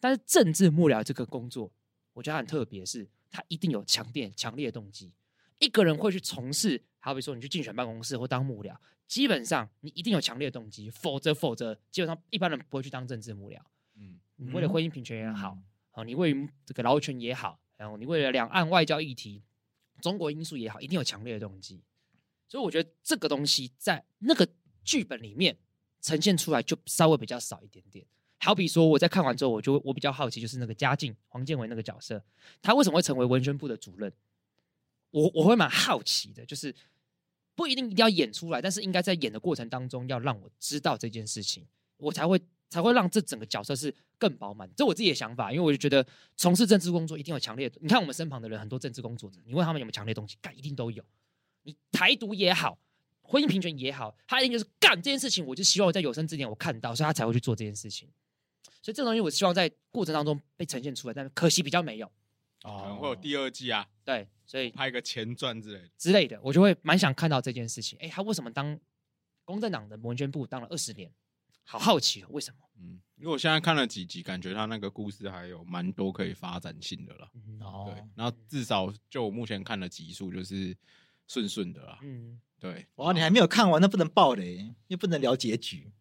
[SPEAKER 2] 但是政治幕僚这个工作，我觉得它很特别，是它一定有强烈强烈的动机。一个人会去从事，好比说你去竞选办公室或当幕僚，基本上你一定有强烈的动机，否则否则基本上一般人不会去当政治幕僚。
[SPEAKER 5] 嗯，
[SPEAKER 2] 你为了婚姻平权也嗯好，
[SPEAKER 3] 嗯
[SPEAKER 2] 好、你为于这个劳权也好，然后你为了两岸外交议题、中国因素也好，一定有强烈的动机。所以我觉得这个东西在那个剧本里面呈现出来就稍微比较少一点点。好比说，我在看完之后，我就我比较好奇，就是那个嘉靖黄建伟那个角色，他为什么会成为文宣部的主任？我我会蛮好奇的，就是不一定一定要演出来，但是应该在演的过程当中要让我知道这件事情，我才会才会让这整个角色是更饱满。这我自己的想法，因为我就觉得从事政治工作一定有强烈的，你看我们身旁的人很多政治工作者，你问他们有没有强烈的东西，干一定都有。你台独也好，婚姻平权也好，他一定就是干这件事情，我就希望我在有生之年我看到，所以他才会去做这件事情。所以这东西我希望在过程当中被呈现出来，但可惜比较没有。
[SPEAKER 5] 可
[SPEAKER 3] 哦
[SPEAKER 5] 能会有第二季啊，
[SPEAKER 2] 对，所以
[SPEAKER 5] 拍个前传之类的。
[SPEAKER 2] 之类的，我就会蛮想看到这件事情。哎，他为什么当公正党的文宣部当了二十年？好好奇哦，为什么？
[SPEAKER 5] 嗯，因为我现在看了几集，感觉他那个故事还有蛮多可以发展性的啦。对
[SPEAKER 3] 哦，，
[SPEAKER 5] 然后至少就我目前看的集数就是顺顺的啦。
[SPEAKER 2] 嗯，
[SPEAKER 5] 对，
[SPEAKER 3] 哇，你还没有看完，那不能爆雷，又不能聊结局。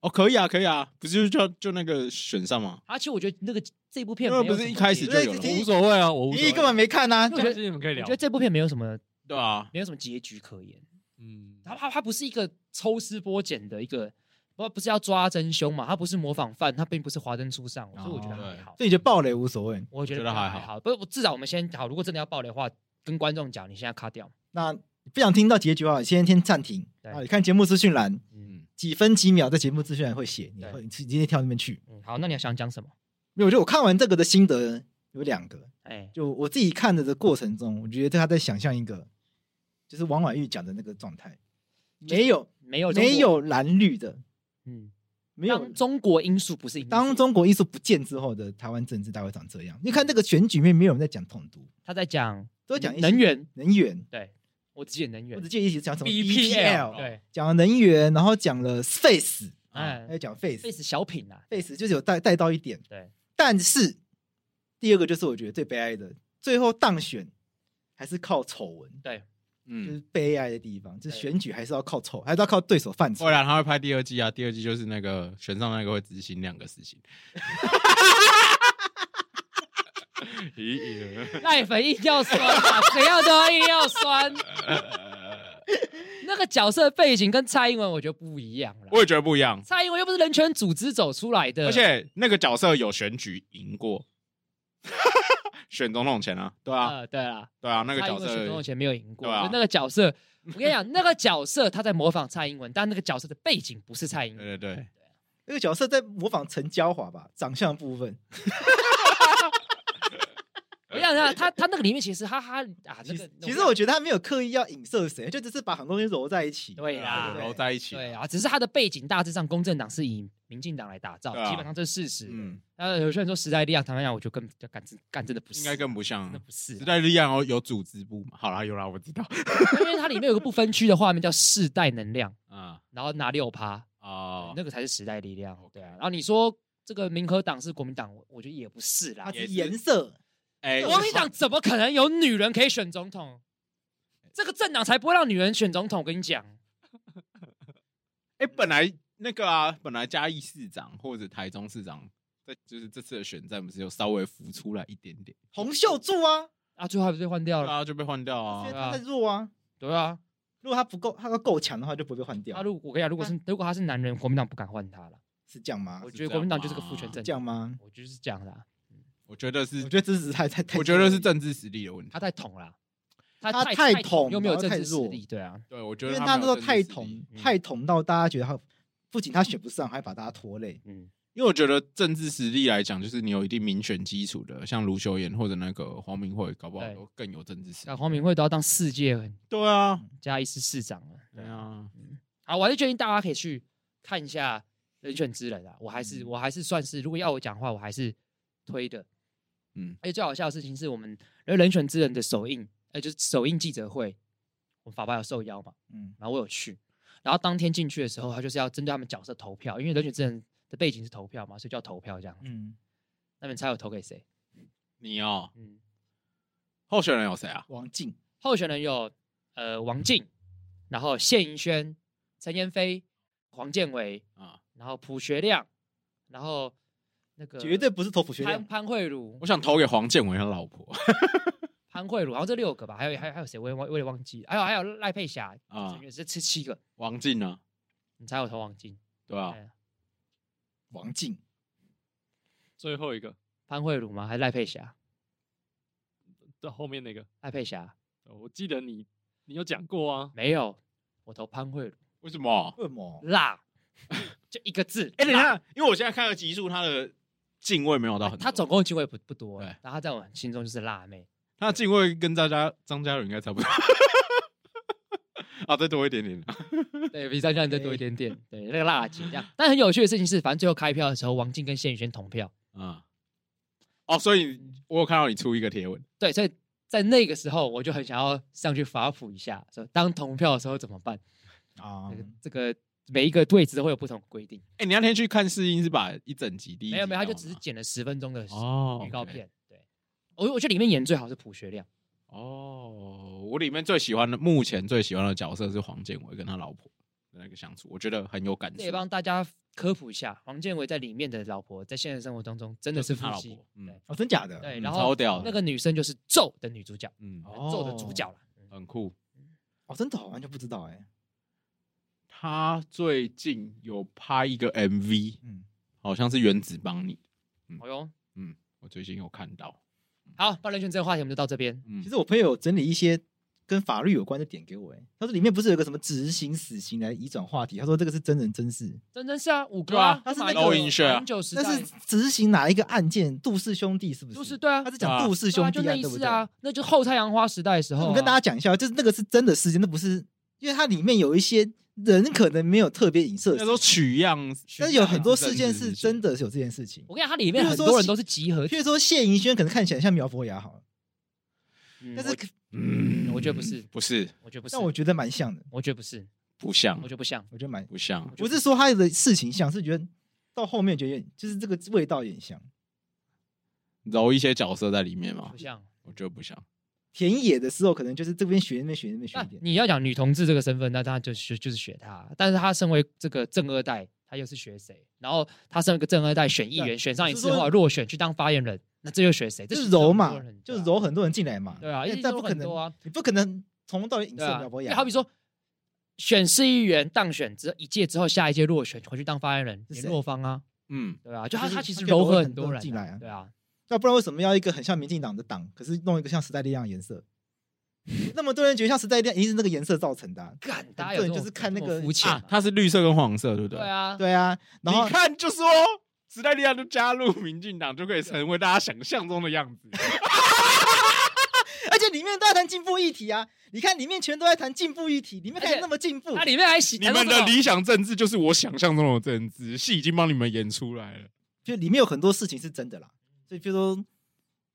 [SPEAKER 5] 哦，可以啊，可以啊，不是就就就那个选上吗？
[SPEAKER 2] 而且我觉得那个这部片
[SPEAKER 5] 因为
[SPEAKER 2] 没有
[SPEAKER 5] 不是
[SPEAKER 2] 什么
[SPEAKER 5] 一开始
[SPEAKER 2] 结
[SPEAKER 5] 就有了
[SPEAKER 6] 我
[SPEAKER 3] 对
[SPEAKER 6] 无所谓啊，我无所
[SPEAKER 3] 你
[SPEAKER 6] 谓。
[SPEAKER 3] 根本没看啊呐、
[SPEAKER 2] 因为我觉
[SPEAKER 6] 我觉得
[SPEAKER 2] 得
[SPEAKER 6] 你们可以
[SPEAKER 2] 我
[SPEAKER 6] 聊
[SPEAKER 2] 觉得。这部片没有什么
[SPEAKER 5] 对啊，
[SPEAKER 2] 没有什么结局可言。
[SPEAKER 6] 嗯，
[SPEAKER 2] 它它它不是一个抽丝剥茧的一个，不不是要抓真凶嘛？它不是模仿犯，它并不是华灯初上，所以我觉得还
[SPEAKER 5] 哦对
[SPEAKER 2] 好。
[SPEAKER 3] 所以你觉得爆雷无所谓？
[SPEAKER 2] 我觉
[SPEAKER 5] 觉
[SPEAKER 2] 得
[SPEAKER 5] 得还
[SPEAKER 2] 还
[SPEAKER 5] 好
[SPEAKER 2] 好，不是至少我们先好。如果真的要爆雷的话，跟观众讲，你现在卡掉。
[SPEAKER 3] 那不想听到结局的话，先先暂停。
[SPEAKER 2] 对
[SPEAKER 3] 啊，你看节目资讯栏，
[SPEAKER 2] 嗯
[SPEAKER 5] 嗯，
[SPEAKER 3] 几分几秒在节目资讯栏会写，你
[SPEAKER 2] 对
[SPEAKER 3] 会你直接跳那边去。
[SPEAKER 2] 嗯，好，那你要想讲什么？
[SPEAKER 3] 没有，我觉得我看完这个的心得有两个，
[SPEAKER 2] 哎，
[SPEAKER 3] 就我自己看着的过程中，我觉得他在想象一个，就是王婉玉讲的那个状态，没有
[SPEAKER 2] 没有中国
[SPEAKER 3] 没，有蓝绿的，
[SPEAKER 2] 嗯，
[SPEAKER 3] 没有
[SPEAKER 2] 当中国因素不是因素
[SPEAKER 3] 当中国因素不见之后的台湾政治大会长这样。你看这个选举里面没有人在讲统独，
[SPEAKER 2] 他在讲
[SPEAKER 3] 都讲一些
[SPEAKER 2] 能源，
[SPEAKER 3] 能源，
[SPEAKER 2] 对我只记得能
[SPEAKER 3] 我
[SPEAKER 2] 源
[SPEAKER 3] 只记得一直讲什么
[SPEAKER 2] BPL，对，
[SPEAKER 5] 哦
[SPEAKER 3] 讲了能源，然后讲了 space，还有
[SPEAKER 2] 哎
[SPEAKER 3] 讲 face
[SPEAKER 2] ，face 小品啊，
[SPEAKER 3] face 就是有带带到一点，
[SPEAKER 2] 对，
[SPEAKER 3] 但是第二个就是我觉得最悲哀的，最后当选还是靠丑闻，就
[SPEAKER 5] 嗯
[SPEAKER 3] 是，悲哀的地方，就是
[SPEAKER 2] 对
[SPEAKER 3] 选举还是要靠丑，还是要靠对手犯
[SPEAKER 5] 未
[SPEAKER 3] 错。
[SPEAKER 5] 来他会拍第二季啊，第二季就是那个选上那个会执行两个 事情。 咦，
[SPEAKER 2] 赖粉一定要酸啊，怎样都一定要酸。那个角色背景跟蔡英文我觉得不一样了，
[SPEAKER 5] 我也觉得不一样，
[SPEAKER 2] 蔡英文又不是人权组织走出来的，
[SPEAKER 5] 而且那个角色有选举赢过， 选总统前啊，对啊，
[SPEAKER 2] 呃，对啦，
[SPEAKER 5] 对啊，那个
[SPEAKER 2] 蔡
[SPEAKER 5] 角
[SPEAKER 2] 英文选总
[SPEAKER 5] 色
[SPEAKER 2] 统前没有赢过，
[SPEAKER 5] 对啊
[SPEAKER 2] 就那个角色，我跟你讲，那个角色他在模仿蔡英文，但那个角色的背景不是蔡英文。
[SPEAKER 5] 对对对，
[SPEAKER 3] 那个角色在模仿陈娇华吧，长相部分
[SPEAKER 2] 我想想，他他那个里面其实他他啊，那
[SPEAKER 3] 其
[SPEAKER 2] 个
[SPEAKER 3] 实其实我觉得他没有刻意要影射谁，就只是把很多东西揉在一起。
[SPEAKER 2] 对啦，
[SPEAKER 5] 揉在一起，
[SPEAKER 2] 对啊，只是他的背景大致上，公正党是以民进党来打造，
[SPEAKER 5] 对啊
[SPEAKER 2] 基本上这是事实。
[SPEAKER 5] 嗯，
[SPEAKER 2] 那有些人说时代力量，坦白讲，我就更就干真干真的不是，
[SPEAKER 5] 应该更不
[SPEAKER 2] 真的
[SPEAKER 5] 像。啊
[SPEAKER 2] 不是
[SPEAKER 5] 嗯时，代力量有哦有组织部嘛？好啦，有啦，我知道。
[SPEAKER 2] 因为它里面有个不分区的画面叫世代能量，
[SPEAKER 5] 啊
[SPEAKER 2] 然后拿六趴，
[SPEAKER 5] 哦，
[SPEAKER 2] 那个才是时代力哦量。对啊，然后你说这个民和党是国民党，我我觉得也不是啦
[SPEAKER 3] 它，
[SPEAKER 5] 也
[SPEAKER 3] 是
[SPEAKER 5] 是
[SPEAKER 3] 颜色，
[SPEAKER 5] 哎，
[SPEAKER 2] 国民党怎么可能有女人可以选总统？这个政党才不会让女人选总统。我跟你讲，
[SPEAKER 5] 哎，本来那个啊，本来嘉义市长或者台中市长，在就是这次的选战不是有稍微浮出来一点点，
[SPEAKER 3] 洪秀柱啊，
[SPEAKER 2] 啊，最后还不是换掉
[SPEAKER 5] 大
[SPEAKER 2] 了？
[SPEAKER 5] 家就被换掉
[SPEAKER 2] 哦
[SPEAKER 3] 因为
[SPEAKER 5] 啊。
[SPEAKER 3] 他在弱啊，
[SPEAKER 2] 对啊，
[SPEAKER 3] 如果他不够，他要够强的话，就不会被换
[SPEAKER 5] 啊
[SPEAKER 3] 掉
[SPEAKER 2] 他。如我跟你讲，如果
[SPEAKER 3] 啊
[SPEAKER 2] 是如果他是男人，国民党不敢换他了。
[SPEAKER 3] 是这样吗
[SPEAKER 2] 我？
[SPEAKER 5] 啊是
[SPEAKER 2] 觉得
[SPEAKER 5] 这
[SPEAKER 2] 国民
[SPEAKER 5] 样
[SPEAKER 2] 党就是个
[SPEAKER 5] 吗
[SPEAKER 2] 父权政
[SPEAKER 3] 是这样
[SPEAKER 2] 党，
[SPEAKER 3] 吗？
[SPEAKER 2] 我觉得是这样的啊。
[SPEAKER 5] 我觉得是
[SPEAKER 3] 我，觉得这是太太太，
[SPEAKER 5] 我觉得是，政治实力的问题
[SPEAKER 2] 他。太统啦，他
[SPEAKER 3] 他
[SPEAKER 2] 太
[SPEAKER 3] 太
[SPEAKER 2] 统
[SPEAKER 3] 统
[SPEAKER 2] 又没有
[SPEAKER 3] 然后
[SPEAKER 2] 政
[SPEAKER 3] 太
[SPEAKER 2] 治实
[SPEAKER 3] 弱
[SPEAKER 2] 力，对啊，
[SPEAKER 5] 对，我觉
[SPEAKER 3] 因为
[SPEAKER 5] 得他
[SPEAKER 3] 他那
[SPEAKER 5] 没
[SPEAKER 3] 时候
[SPEAKER 5] 有政治
[SPEAKER 3] 太
[SPEAKER 5] 实力
[SPEAKER 3] 统
[SPEAKER 2] 嗯
[SPEAKER 3] 太统到大家觉得他不仅他选不上，还把大家拖累。
[SPEAKER 2] 嗯，
[SPEAKER 5] 因为我觉得政治实力来讲，就是你有一定民选基础的，像卢秀燕或者那个黄明慧，搞不好
[SPEAKER 2] 对
[SPEAKER 5] 都更有政治实
[SPEAKER 2] 那
[SPEAKER 5] 力。
[SPEAKER 2] 啊黄明慧都要当世界
[SPEAKER 5] 对啊，
[SPEAKER 2] 加一市市长了，
[SPEAKER 5] 对啊，
[SPEAKER 2] 啊，我还是建议大家可以去看一下《人选之人》啊，我还是、我还是算是，如果要我讲话，我还是推的。
[SPEAKER 5] 嗯，
[SPEAKER 2] 而且最好笑的事情是我们《人选之人》的首映，呃，就是首映记者会，我们法爸有受邀嘛，
[SPEAKER 3] 嗯，
[SPEAKER 2] 然后我有去，然后当天进去的时候，他就是要针对他们角色投票，因为《人选之人》的背景是投票嘛，所以就要投票这样。嗯，
[SPEAKER 3] 嗯，
[SPEAKER 2] 那你们猜我投给谁？
[SPEAKER 5] 你哦，
[SPEAKER 2] 嗯，
[SPEAKER 5] 候选人有谁啊？
[SPEAKER 3] 王静，
[SPEAKER 2] 候选人有呃王静，然后谢盈萱、陈妍霏、黄建伟，
[SPEAKER 5] 啊，
[SPEAKER 2] 然后朴学亮，然后那个
[SPEAKER 3] 绝对不是托普学
[SPEAKER 2] 潘
[SPEAKER 3] 院。
[SPEAKER 2] 潘慧茹
[SPEAKER 5] 我，想投给黄建伟他老婆
[SPEAKER 2] 潘慧茹，然后这六个吧，还有还有还有谁？我也忘，我有点忘记了，还有还有赖佩霞
[SPEAKER 5] 啊，
[SPEAKER 2] 这这七个，
[SPEAKER 5] 王静啊，
[SPEAKER 2] 你猜我投王静？
[SPEAKER 5] 对啊，
[SPEAKER 2] 哎
[SPEAKER 3] 王静，
[SPEAKER 6] 最后一个，
[SPEAKER 2] 潘慧茹吗？还是赖佩霞？
[SPEAKER 6] 到后面那个，
[SPEAKER 2] 赖佩霞
[SPEAKER 6] 我记得你你有讲过啊，
[SPEAKER 2] 没有，我投潘慧茹，
[SPEAKER 5] 为什么？哦
[SPEAKER 3] 恶魔，
[SPEAKER 2] 辣，就一个字。
[SPEAKER 5] 哎、等一
[SPEAKER 2] 辣，
[SPEAKER 5] 下，因为我现在看了集数，他的敬畏没有到很多，
[SPEAKER 2] 她哎总共机会不不多，
[SPEAKER 5] 对
[SPEAKER 2] 然后她在我心中就是辣妹。
[SPEAKER 5] 他的敬畏跟大家张嘉伦应该差不多。 啊，再多一点点，
[SPEAKER 2] 对比张嘉译再多一点点，对那个辣姐这样。但很有趣的事情是，反正最后开票的时候，王静跟谢宇轩同票，
[SPEAKER 5] 啊，哦，所以我有看到你出一个贴文，
[SPEAKER 2] 对，所以在那个时候我就很想要上去法普一下，说当同票的时候怎么办？
[SPEAKER 3] 啊
[SPEAKER 2] 这个
[SPEAKER 5] 嗯
[SPEAKER 2] 这个每一个位置都会有不同的规定，
[SPEAKER 5] 哎、你那天去看试音是把一整集第一集
[SPEAKER 2] 没有没有，他就
[SPEAKER 5] 讲
[SPEAKER 2] 只是
[SPEAKER 5] 完吗
[SPEAKER 2] 剪了十分钟的
[SPEAKER 5] 哦
[SPEAKER 2] 预告
[SPEAKER 5] OK
[SPEAKER 2] 片。对，我我觉得里面演最好是朴学亮，
[SPEAKER 5] 哦，我里面最喜欢的，目前最喜欢的角色是黄建伟跟他老婆的那个相处，我觉得很有感
[SPEAKER 2] 这也
[SPEAKER 5] 触。
[SPEAKER 2] 帮大家科普一下，黄建伟在里面的老婆在现实生活当中真的
[SPEAKER 5] 就是是他
[SPEAKER 2] 夫
[SPEAKER 5] 老
[SPEAKER 2] 妻
[SPEAKER 5] 婆，嗯
[SPEAKER 3] 哦，真假的？
[SPEAKER 2] 对，
[SPEAKER 5] 嗯
[SPEAKER 2] 然
[SPEAKER 5] 超
[SPEAKER 2] 后
[SPEAKER 5] 屌的
[SPEAKER 2] 那个女生就是《咒》的女主角，
[SPEAKER 5] 嗯，
[SPEAKER 2] 呃《咒》的主角了。嗯
[SPEAKER 5] 很酷。
[SPEAKER 3] 哦，真的哦完全不知道哎。
[SPEAKER 5] 他最近有拍一个 MV，
[SPEAKER 3] 嗯，
[SPEAKER 5] 好像是原子帮你，
[SPEAKER 2] 好哟，
[SPEAKER 5] 嗯，我最近有看到，
[SPEAKER 2] 好，那人权这个话题我们就到这边。
[SPEAKER 5] 嗯
[SPEAKER 3] 其，实我朋友有整理一些跟法律有关的点给我哎，他说里面不是有个什么执行死刑来移转话题，他说这个是真人真事，
[SPEAKER 2] 真真是啊，五个
[SPEAKER 5] 对啊
[SPEAKER 2] 啊，
[SPEAKER 3] 他是
[SPEAKER 2] 马
[SPEAKER 3] 那
[SPEAKER 2] 英
[SPEAKER 3] 个
[SPEAKER 2] 九
[SPEAKER 5] 龙银血啊
[SPEAKER 2] 马英九时代
[SPEAKER 3] 那是执行哪一个案件？杜氏兄弟是不是？
[SPEAKER 2] 都是对啊，
[SPEAKER 3] 他是
[SPEAKER 5] 对啊
[SPEAKER 3] 讲杜氏
[SPEAKER 2] 对
[SPEAKER 3] 兄
[SPEAKER 2] 啊
[SPEAKER 3] 弟
[SPEAKER 2] 就那
[SPEAKER 3] 案
[SPEAKER 2] 一
[SPEAKER 3] 对不
[SPEAKER 2] 次
[SPEAKER 3] 对？
[SPEAKER 2] 啊，那就后太阳花时代的时候啊。
[SPEAKER 3] 我跟大家讲一下，就是那个是真的事件，那不是，因为它里面有一些人可能没有特别影射
[SPEAKER 5] 那，时候取样，
[SPEAKER 3] 但是
[SPEAKER 5] 取样
[SPEAKER 3] 有很多事件
[SPEAKER 5] 真
[SPEAKER 3] 是
[SPEAKER 5] 实
[SPEAKER 3] 真，的是有这件事情。
[SPEAKER 2] 我跟你讲，它里面
[SPEAKER 3] 譬如
[SPEAKER 2] 很
[SPEAKER 3] 说
[SPEAKER 2] 多人都是集合体
[SPEAKER 3] 譬，如说谢盈萱可能看起来像苗博雅好了，
[SPEAKER 2] 嗯
[SPEAKER 3] 但是
[SPEAKER 2] 我
[SPEAKER 5] 嗯
[SPEAKER 2] 我觉得不是
[SPEAKER 5] 不是，
[SPEAKER 2] 我觉得不是，
[SPEAKER 3] 但我觉得蛮像的，
[SPEAKER 2] 我觉得不是，
[SPEAKER 5] 不像
[SPEAKER 2] 我觉，得不像。
[SPEAKER 3] 我觉得蛮
[SPEAKER 5] 不像，
[SPEAKER 3] 不是说他的事情像，是觉得到后面觉得有点就是这个味道有点像
[SPEAKER 5] 揉一些角色在里面
[SPEAKER 3] 啊
[SPEAKER 5] 嘛
[SPEAKER 2] 不，像。
[SPEAKER 5] 我觉得不像。
[SPEAKER 3] 田野的时候，可能就是这边学那边学那边学
[SPEAKER 2] 那
[SPEAKER 3] 一点。
[SPEAKER 2] 你要讲女同志这个身份，那当然就是就是学她。但是她身为这个正二代，她又是学谁？然后她身为一个正二代，选议员，
[SPEAKER 3] 对啊
[SPEAKER 2] 选上一
[SPEAKER 3] 我是
[SPEAKER 2] 次后
[SPEAKER 3] 说
[SPEAKER 2] 来落选去当发言人，那这又学谁？这
[SPEAKER 3] 就是
[SPEAKER 2] 其实很
[SPEAKER 3] 揉
[SPEAKER 2] 多
[SPEAKER 3] 嘛
[SPEAKER 2] 人，
[SPEAKER 3] 就
[SPEAKER 2] 对啊
[SPEAKER 3] 揉很多人进来嘛，
[SPEAKER 2] 对啊，
[SPEAKER 3] 但
[SPEAKER 2] 一定
[SPEAKER 3] 但
[SPEAKER 2] 揉
[SPEAKER 3] 不可
[SPEAKER 2] 很多
[SPEAKER 3] 能，
[SPEAKER 2] 啊，
[SPEAKER 3] 你不可能从头到尾影
[SPEAKER 2] 对
[SPEAKER 3] 射
[SPEAKER 2] 啊
[SPEAKER 3] 苗博，
[SPEAKER 2] 因
[SPEAKER 3] 雅
[SPEAKER 2] 为
[SPEAKER 3] 嘛。
[SPEAKER 2] 好比说，选市议员当选之后一届之后，下一届落选回去当发言人，
[SPEAKER 3] 是
[SPEAKER 2] 联
[SPEAKER 3] 谁
[SPEAKER 2] 络方啊，
[SPEAKER 5] 嗯，
[SPEAKER 2] 对啊，就他
[SPEAKER 3] 就是
[SPEAKER 2] 他其实
[SPEAKER 3] 他可以
[SPEAKER 2] 柔和
[SPEAKER 3] 揉
[SPEAKER 2] 很
[SPEAKER 3] 很
[SPEAKER 2] 多
[SPEAKER 3] 多
[SPEAKER 2] 人
[SPEAKER 3] 进来啊
[SPEAKER 2] 对啊，
[SPEAKER 3] 那不然为什么要一个很像民进党的党，可是弄一个像时代力量的颜色？ 那么多人觉得像时代力量，一定是那个颜色造成的啊、
[SPEAKER 2] 干，大家有这
[SPEAKER 3] 很多人
[SPEAKER 2] 种
[SPEAKER 3] 就是看那
[SPEAKER 2] 这种
[SPEAKER 3] 个
[SPEAKER 2] 肤浅
[SPEAKER 5] 啊
[SPEAKER 2] 嘛，，
[SPEAKER 5] 它是绿色跟黄色，对不对？
[SPEAKER 2] 对啊，
[SPEAKER 3] 对啊，然后
[SPEAKER 5] 你看就说时代力量就加入民进党，就可以成为大家想象中的样 子。
[SPEAKER 2] 哎
[SPEAKER 3] 而且里面都在谈进步议题啊！你看里面全都在谈进步议题，里面
[SPEAKER 2] 而且
[SPEAKER 3] 看起来那么进步
[SPEAKER 2] 它，里面还写哎
[SPEAKER 5] 你们的理想政治就是我想象中的政治，戏已经帮你们演出来了。
[SPEAKER 3] 就里面有很多事情是真的啦。所以，比如说，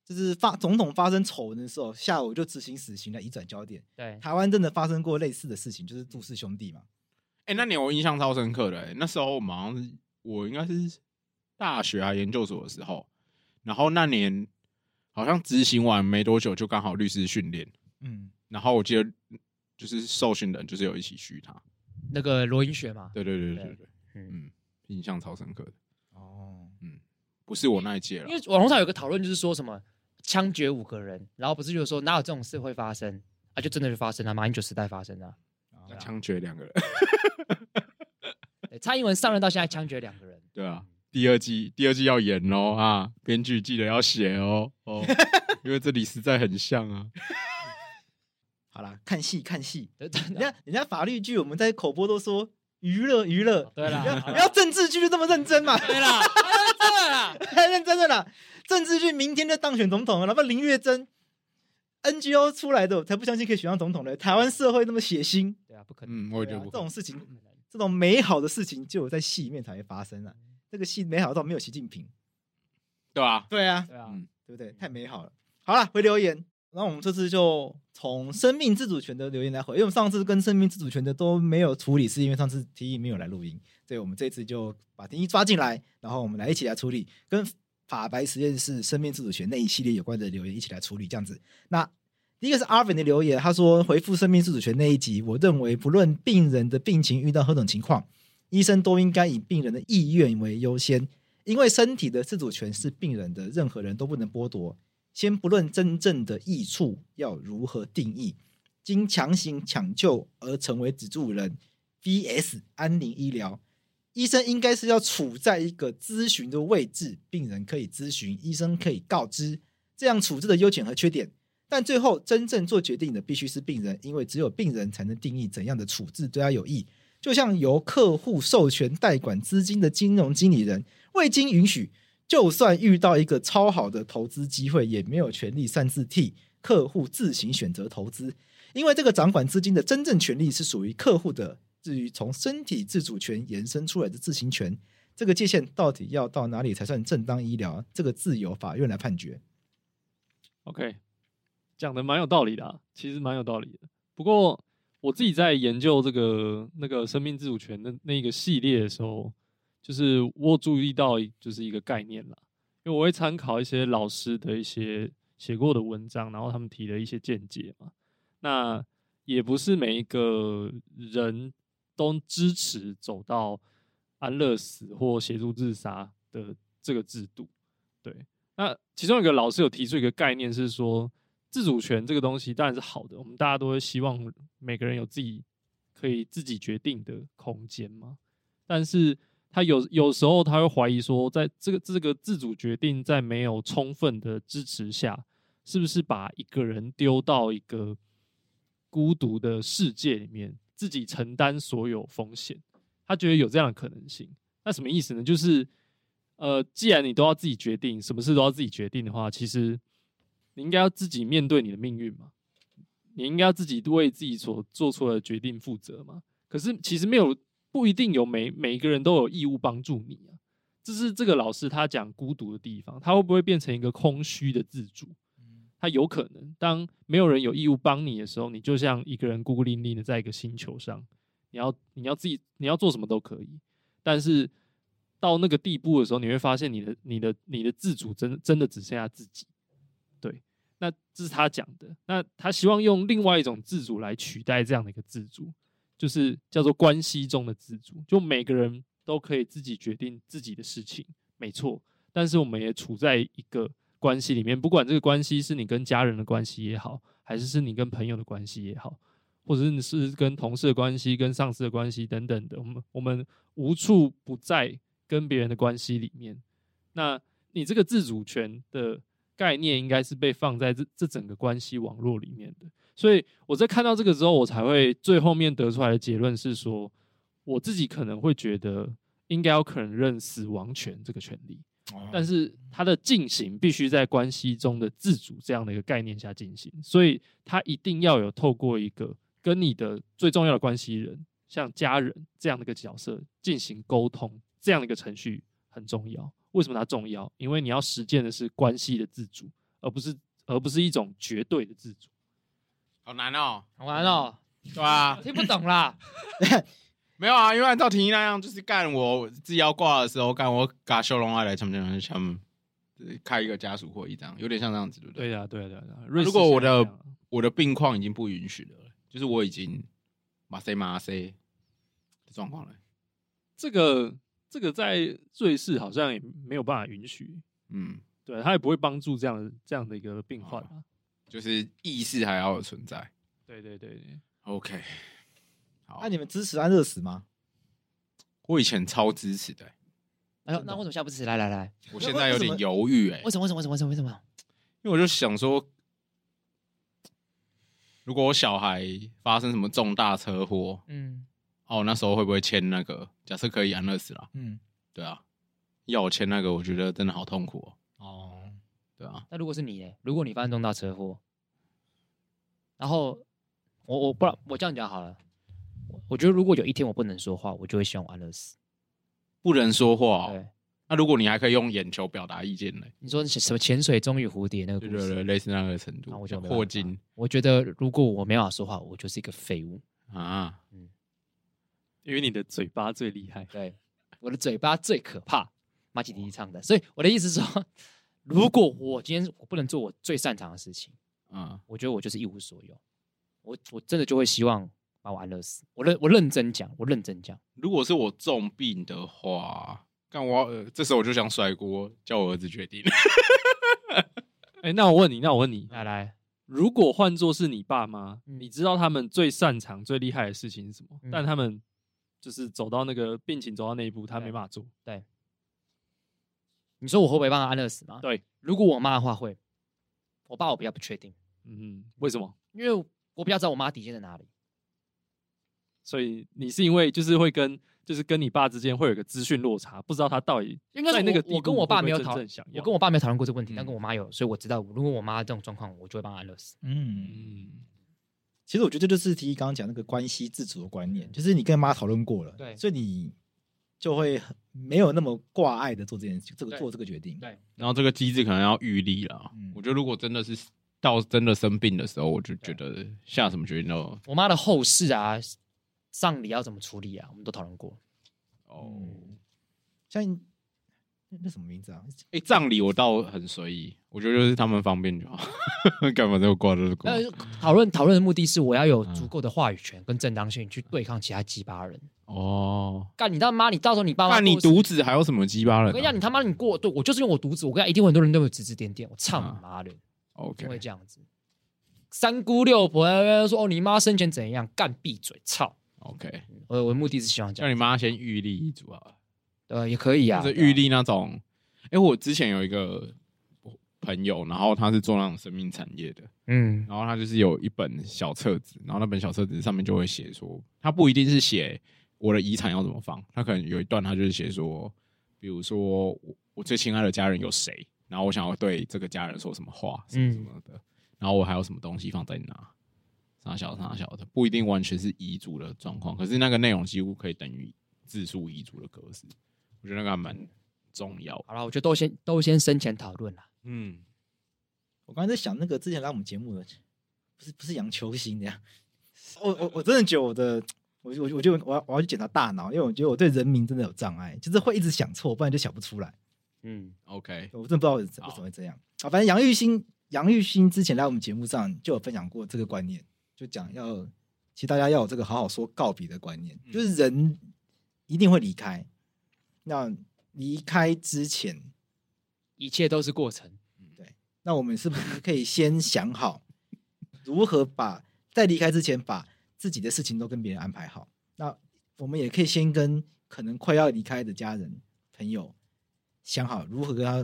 [SPEAKER 3] 就是发总统发生丑闻的时候，下午就执行死刑来移转焦点。
[SPEAKER 2] 对，
[SPEAKER 3] 台湾真的发生过类似的事情，就是杜氏兄弟嘛。
[SPEAKER 5] 哎、那年我印象超深刻的、欸，那时候我们好像是我应该是大学啊研究所的时候，然后那年好像执行完没多久就刚好律师训练，
[SPEAKER 3] 嗯，
[SPEAKER 5] 然后我记得就是受训人就是有一起嘘他，
[SPEAKER 2] 那个罗英雪嘛，
[SPEAKER 5] 对啊对对对对对，
[SPEAKER 2] 嗯，
[SPEAKER 5] 嗯，印象超深刻的，
[SPEAKER 3] 哦，
[SPEAKER 5] 不是我那一届了
[SPEAKER 2] 因，为网络上有个讨论就是说什么枪决五个人，然后不是就说哪有这种事会发生啊？就真的就发生了、马英九时代发生了、啊
[SPEAKER 5] 那枪决两个
[SPEAKER 3] 嗯
[SPEAKER 5] 人，
[SPEAKER 2] 对蔡英文上任到现在枪决两个人，
[SPEAKER 5] 对啊，第二季第二季要演
[SPEAKER 3] 嗯
[SPEAKER 5] 哦啊，编剧记得要写哦 哦，因为这里实在很像啊，
[SPEAKER 3] 好啦，看戏看戏，
[SPEAKER 2] 对真
[SPEAKER 3] 人
[SPEAKER 2] 的
[SPEAKER 3] 家人家法律剧我们在口播都说娱乐娱乐，
[SPEAKER 2] 对啦
[SPEAKER 3] 不要不要政治剧就这么认真嘛，
[SPEAKER 2] 对 啦，真的啦，
[SPEAKER 3] 太认真的啦，政治剧明天就当选总统了，哪怕林月珍 NGO 出来的，我才不相信可以选上总统呢。台湾社会那么血腥，
[SPEAKER 2] 对啊，不可能，
[SPEAKER 5] 嗯，我也
[SPEAKER 3] 对
[SPEAKER 5] 觉
[SPEAKER 3] 啊
[SPEAKER 5] 得不
[SPEAKER 3] 这
[SPEAKER 5] 可
[SPEAKER 3] 种
[SPEAKER 5] 能，
[SPEAKER 3] 事情
[SPEAKER 2] 不，可能
[SPEAKER 3] 这种美好的事情只有在戏里面才会发生啊。这个戏美好到没有习近平，
[SPEAKER 5] 对啊，
[SPEAKER 3] 对啊，
[SPEAKER 2] 对啊
[SPEAKER 5] 嗯，
[SPEAKER 3] 对不对？太美好了。好了，回留言。那我们这次就从生命自主权的留言来回，因为我们上次跟生命自主权的都没有处理，是因为上次提议没有来录音，所以我们这次就把提议抓进来，然后我们来一起来处理跟法白实验室生命自主权那一系列有关的留言一起来处理，这样子。那第一个是阿粉的留言，他说回复生命自主权那一集，我认为不论病人的病情遇到何种情况，医生都应该以病人的意愿为优先，因为身体的自主权是病人的，任何人都不能剥夺。先不论真正的益处要如何定义，经强行抢救而成为植助人 （VS 安宁医疗），医生应该是要处在一个咨询的位置，病人可以咨询，医生可以告知，这样处置的优点和缺点。但最后真正做决定的必须是病人，因为只有病人才能定义怎样的处置对他有益。就像由客户授权代管资金的金融经理人，未经允许，就算遇到一个超好的投资机会，也没有权利擅自替客户自行选择投资，因为这个掌管资金的真正权利是属于客户的。至于从身体自主权延伸出来的自行权，这个界限到底要到哪里才算正当医疗？这个自由法院来判决。
[SPEAKER 6] OK，讲的蛮有道理的、啊，其实蛮有道理的。不过我自己在研究这个那个生命自主权的那个系列的时候，就是我有注意到一就是一个概念啦，因为我会参考一些老师的一些写过的文章，然后他们提的一些见解嘛。那也不是每一个人都支持走到安乐死或协助自杀的这个制度，对。那其中有一个老师有提出一个概念是说，自主权这个东西当然是好的，我们大家都会希望每个人有自己可以自己决定的空间嘛。但是他有有时候他会怀疑说，在这个这个自主决定在没有充分的支持下，是不是把一个人丢到一个孤独的世界里面，自己承担所有风险？他觉得有这样的可能性。那什么意思呢？就是呃，既然你都要自己决定，什么事都要自己决定的话，其实你应该要自己面对你的命运嘛，你应该要自己为自己所做出的决定负责嘛。可是其实没有不一定有每每一个人都有义务帮助你啊。这是这个老师他讲孤独的地方，他会不会变成一个空虚的自主？他有可能，当没有人有义务帮你的时候，你就像一个人孤孤零零的在一个星球上，你要你要自己你要做什么都可以，但是到那个地步的时候，你会发现你的、你的、你的自主真真的只剩下自己。对，那这是他讲的。那他希望用另外一种自主来取代这样的一个自主，就是叫做关系中的自主，就每个人都可以自己决定自己的事情，没错。但是我们也处在一个关系里面，不管这个关系是你跟家人的关系也好，还是是你跟朋友的关系也好，或者是你是跟同事的关系、跟上司的关系等等的，我们我们无处不在跟别人的关系里面。那你这个自主权的概念，应该是被放在这这整个关系网络里面的。所以我在看到这个之后，我才会最后面得出来的结论是说，我自己可能会觉得应该要承认死亡权这个权利，
[SPEAKER 5] 哦
[SPEAKER 6] 但是它的进行必须在关系中的自主这样的一个概念下进行，所以它一定要有透过一个跟你的最重要的关系人，像家人这样的一个角色进行沟通，这样的一个程序很重要。为什么它重要？因为你要实践的是关系的自主，而不是而不是一种绝对的自主。
[SPEAKER 5] 好难哦，
[SPEAKER 2] 好玩哦，
[SPEAKER 5] 对啊，
[SPEAKER 2] 听不懂啦，
[SPEAKER 5] 没有啊，因为按照啊婷宜那样，就是干我自己要挂的时候，干我嘎修龙爱来，他们他们他们，呃开一个家属会议，这样有点像这样子，对不对？
[SPEAKER 6] 对呀、对呀、对呀、对呀瑞士
[SPEAKER 5] 如果我
[SPEAKER 6] 现在
[SPEAKER 5] 的
[SPEAKER 6] 这样啊
[SPEAKER 5] 我的病况已经不允许了，就是我已经马塞马塞的状况了。
[SPEAKER 6] 这个这个在瑞士好像也没有办法允许，
[SPEAKER 5] 嗯，
[SPEAKER 6] 对他也不会帮助这样的这样的一个病患、啊。
[SPEAKER 5] 就是意识还要有存在。
[SPEAKER 6] 对对对对，
[SPEAKER 5] OK，好，
[SPEAKER 3] 啊那、你们支持安乐死吗？
[SPEAKER 5] 我以前超支持的、欸
[SPEAKER 2] 哎呦，那为什么现在不支持？来来来，
[SPEAKER 5] 我现在有点犹豫 哎、
[SPEAKER 2] 为什么？为什么？为什么？为什么？为什么？
[SPEAKER 5] 因为我就想说，如果我小孩发生什么重大车祸，
[SPEAKER 2] 嗯，
[SPEAKER 5] 哦，那时候会不会签那个？假设可以安乐死啦，
[SPEAKER 3] 嗯，
[SPEAKER 5] 对啊，要我签那个，我觉得真的好痛苦哦，
[SPEAKER 3] 哦，
[SPEAKER 5] 对啊，
[SPEAKER 2] 那如果是你呢？如果你发生重大车祸，然后我我不然我这样讲好了，我我觉得如果有一天我不能说话，我就会希望我安乐死。
[SPEAKER 5] 不能说话、哦。
[SPEAKER 2] 对，
[SPEAKER 5] 那如果你还可以用眼球表达意见呢？
[SPEAKER 2] 你说什么潜水终于蝴蝶那个
[SPEAKER 5] 对
[SPEAKER 2] 故
[SPEAKER 5] 对
[SPEAKER 2] 事，
[SPEAKER 5] 对，类似那个程
[SPEAKER 2] 那
[SPEAKER 5] 度，
[SPEAKER 2] 我就
[SPEAKER 5] 像
[SPEAKER 2] 没办
[SPEAKER 5] 霍
[SPEAKER 2] 法
[SPEAKER 5] 金。
[SPEAKER 2] 我觉得如果我没办法说话，我就是一个废物。
[SPEAKER 5] 啊，
[SPEAKER 6] 因为你的嘴巴最厉害。
[SPEAKER 2] 对， 我的嘴巴最可怕，马吉迪唱的。所以我的意思是说，如果我今天我不能做我最擅长的事情，
[SPEAKER 5] 嗯，
[SPEAKER 2] 我觉得我就是一无所有。我我真的就会希望把我安乐死。我认我认真讲，我认真讲，
[SPEAKER 5] 如果是我重病的话，干我要、呃、这时候我就想甩锅，叫我儿子决定。
[SPEAKER 6] 哎、那我问你，那我问你，
[SPEAKER 2] 来来，
[SPEAKER 6] 如果换作是你爸妈，
[SPEAKER 2] 嗯
[SPEAKER 6] 你知道他们最擅长、最厉害的事情是什么？
[SPEAKER 2] 嗯
[SPEAKER 6] 但他们就是走到那个病情走到那一步，他
[SPEAKER 2] 对
[SPEAKER 6] 没办法做。
[SPEAKER 2] 你说我会不会帮他安乐死吗？
[SPEAKER 6] 对，
[SPEAKER 2] 如果我妈的话会，我爸我比较不确定，
[SPEAKER 6] 嗯，为什么？
[SPEAKER 2] 因为我比较知道我妈底线在哪里。
[SPEAKER 6] 所以你是因为就是会跟就是跟你爸之间会有一个资讯落差，不知道他到底
[SPEAKER 2] 应该是
[SPEAKER 6] 在那个
[SPEAKER 2] 我
[SPEAKER 6] 地步
[SPEAKER 2] 我跟我爸没有
[SPEAKER 6] 会不会
[SPEAKER 2] 讨
[SPEAKER 6] 真正想，要
[SPEAKER 2] 我跟我爸没有讨论过这个问题，但
[SPEAKER 5] 嗯
[SPEAKER 2] 跟我妈有，所以我知道，如果我妈这种状况，我就会帮她安乐死。
[SPEAKER 3] 嗯，
[SPEAKER 6] 嗯，
[SPEAKER 3] 其实我觉得这就是提刚刚讲那个关系自主的观念，就是你跟妈讨论过了，
[SPEAKER 2] 嗯对
[SPEAKER 3] 所以你就会很没有那么挂碍的做这件事，这个
[SPEAKER 2] 对
[SPEAKER 3] 做这个决定，
[SPEAKER 2] 对
[SPEAKER 5] 然后这个机制可能要预立啦。
[SPEAKER 3] 嗯
[SPEAKER 5] 我觉得如果真的是到真的生病的时候，我就觉
[SPEAKER 2] 啊
[SPEAKER 5] 得下什么决定都
[SPEAKER 2] 我妈的后事啊，葬礼要怎么处理啊，我们都讨论过。
[SPEAKER 5] 哦。
[SPEAKER 3] 嗯像你那那什么名字啊？
[SPEAKER 5] 哎、葬礼我倒很随意，我觉得就是他们方便就好， 干嘛都挂都挂
[SPEAKER 2] 那。讨论讨论的目的是我要
[SPEAKER 6] 嗯
[SPEAKER 2] 有足够的话语权跟正当性去对抗其他鸡巴人。
[SPEAKER 5] 哦，
[SPEAKER 2] 干你他妈！你到时候你爸妈
[SPEAKER 5] 那你
[SPEAKER 2] 过世
[SPEAKER 5] 独子还有什么鸡巴人、
[SPEAKER 2] 我
[SPEAKER 5] 啊？
[SPEAKER 2] 跟你讲，你他妈你过对我就是用我独子，我跟你讲，一定会很多人对我指指点点，我操你妈的，一定会
[SPEAKER 5] 嗯 OK，
[SPEAKER 2] 这样子。三姑六婆在那边说哦，你妈生前怎样？干闭嘴，操！
[SPEAKER 5] OK，
[SPEAKER 2] 我我的目的是希望这
[SPEAKER 5] 叫
[SPEAKER 2] 样，
[SPEAKER 5] 你妈先预立一组啊，
[SPEAKER 2] 呃，也可以啊
[SPEAKER 5] 就。是预立那种。哎、我之前有一个朋友，然后他是做那种生命产业的，
[SPEAKER 2] 嗯
[SPEAKER 5] 然后他就是有一本小册子，然后那本小册子上面就会写说，他不一定是写我的遗产要怎么放，他可能有一段他就是写说，比如说我我最亲爱的家人有谁，然后我想要对这个家人说什么话，什么什么的，然后我还有什么东西放在哪，啥小啥小的，不一定完全是遗嘱的状况，可是那个内容几乎可以等于字数遗嘱的格式，我觉得那个还蛮重要的。
[SPEAKER 2] 好了，我觉得都先都先生前讨论啦。
[SPEAKER 5] 嗯，
[SPEAKER 3] 我刚才在想那个之前来我们节目的，不是不是杨秋兴的呀。我我我真的觉得我的，我我我觉得我要我要去检查大脑，因为我觉得我对人名真的有障碍，就是会一直想错，不然就想不出来。
[SPEAKER 2] 嗯，
[SPEAKER 5] OK，
[SPEAKER 3] 我真的不知道为什么为什么会这样啊。反正杨玉兴，杨玉兴之前来我们节目上就有分享过这个观念，就讲要，其实大家要有这个好好说告别的观念，就是人一定会离开，那离开之前，
[SPEAKER 2] 一切都是过程。
[SPEAKER 3] 那我们是不是可以先想好如何把在离开之前把自己的事情都跟别人安排好？那我们也可以先跟可能快要离开的家人、朋友想好如何跟他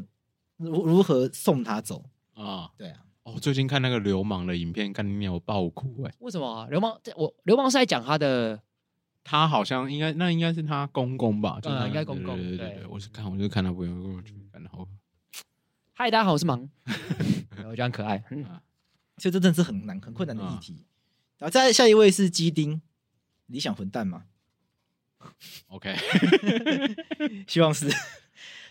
[SPEAKER 3] 如如何送他走。
[SPEAKER 5] 啊、
[SPEAKER 3] 对啊，
[SPEAKER 5] 哦，最近看那个流氓的影片，看你有爆哭哎、
[SPEAKER 2] 为什么啊、流氓？这我流氓是在讲他的
[SPEAKER 5] 他好像应该那应该是他公公吧，就是
[SPEAKER 2] 嗯
[SPEAKER 5] 他、
[SPEAKER 2] 应该公公
[SPEAKER 5] 对对
[SPEAKER 2] 对
[SPEAKER 5] 对对，我是看我就看他不用，我就感到好
[SPEAKER 2] 嗨，大家好，我是芒， 我觉得很可 爱。嗯
[SPEAKER 3] 所以这真的是很难、很困难的议题。然后再下一位是基丁，理想混蛋嘛，
[SPEAKER 5] OK
[SPEAKER 3] 希望是。